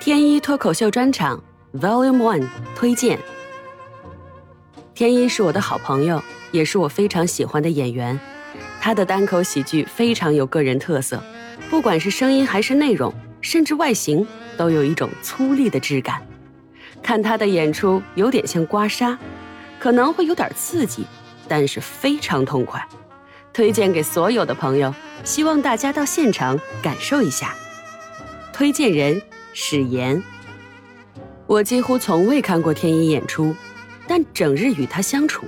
M: 天一脱口秀专场 Volume One 推荐。天一是我的好朋友，也是我非常喜欢的演员。他的单口喜剧非常有个人特色，不管是声音还是内容，甚至外形，都有一种粗粝的质感。看他的演出有点像刮痧，可能会有点刺激，但是非常痛快。推荐给所有的朋友，希望大家到现场感受一下。推荐人史岩。我几乎从未看过天一演出，但整日与他相处。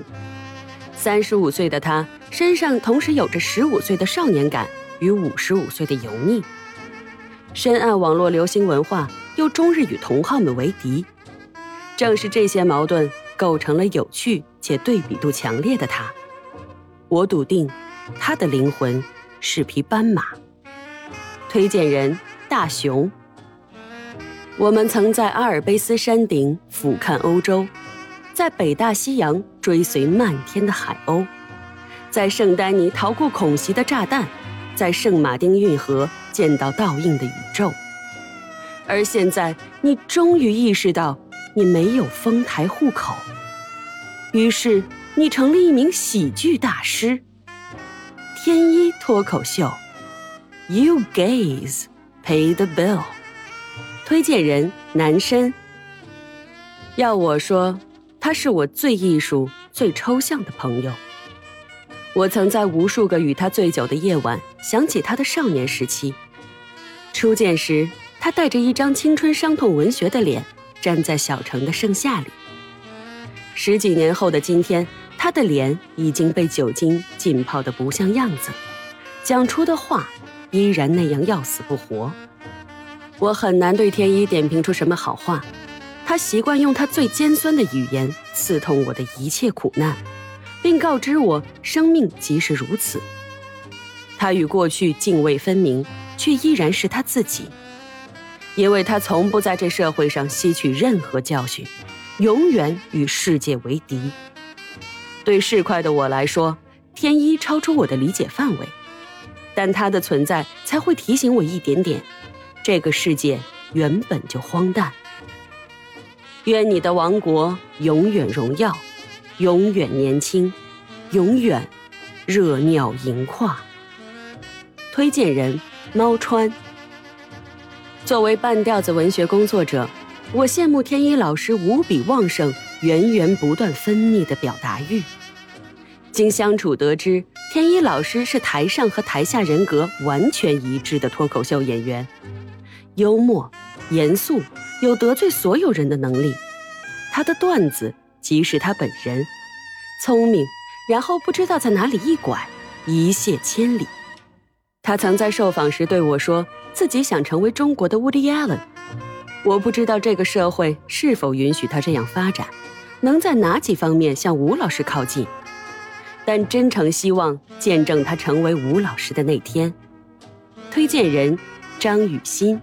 M: 三十五岁的他身上同时有着十五岁的少年感与五十五岁的油腻，深谙网络流行文化，又终日与同好们为敌。正是这些矛盾构成了有趣且对比度强烈的他。我笃定，他的灵魂是匹斑马。推荐人大熊。我们曾在阿尔卑斯山顶俯瞰欧洲，在北大西洋追随漫天的海鸥，在圣丹尼逃过恐袭的炸弹，在圣马丁运河见到倒映的宇宙。而现在，你终于意识到你没有丰台户口，于是你成了一名喜剧大师。天一脱口秀，You Gaze。 Pay the Bill》，推荐人男生。要我说，他是我最艺术、最抽象的朋友。我曾在无数个与他醉酒的夜晚，想起他的少年时期。初见时，他带着一张青春伤痛文学的脸，站在小城的盛夏里。十几年后的今天，他的脸已经被酒精浸泡得不像样子，讲出的话依然那样要死不活。我很难对天一点评出什么好话，他习惯用他最尖酸的语言刺痛我的一切苦难，并告知我生命即是如此。他与过去泾渭分明，却依然是他自己，因为他从不在这社会上吸取任何教训，永远与世界为敌。对市侩的我来说，天一超出我的理解范围，但他的存在才会提醒我一点点：这个世界原本就荒诞。愿你的王国永远荣耀，永远年轻，永远热尿盈眶。推荐人猫川。作为半吊子文学工作者，我羡慕天一老师无比旺盛、源源不断分泌的表达欲。经相处得知，天一老师是台上和台下人格完全一致的脱口秀演员，幽默、严肃，有得罪所有人的能力。他的段子即是他本人，聪明，然后不知道在哪里一拐，一泻千里。他曾在受访时对我说，自己想成为中国的 Woody Allen。我不知道这个社会是否允许他这样发展，能在哪几方面向吴老师靠近，但真诚希望见证他成为吴老师的那天。推荐人：张雨欣。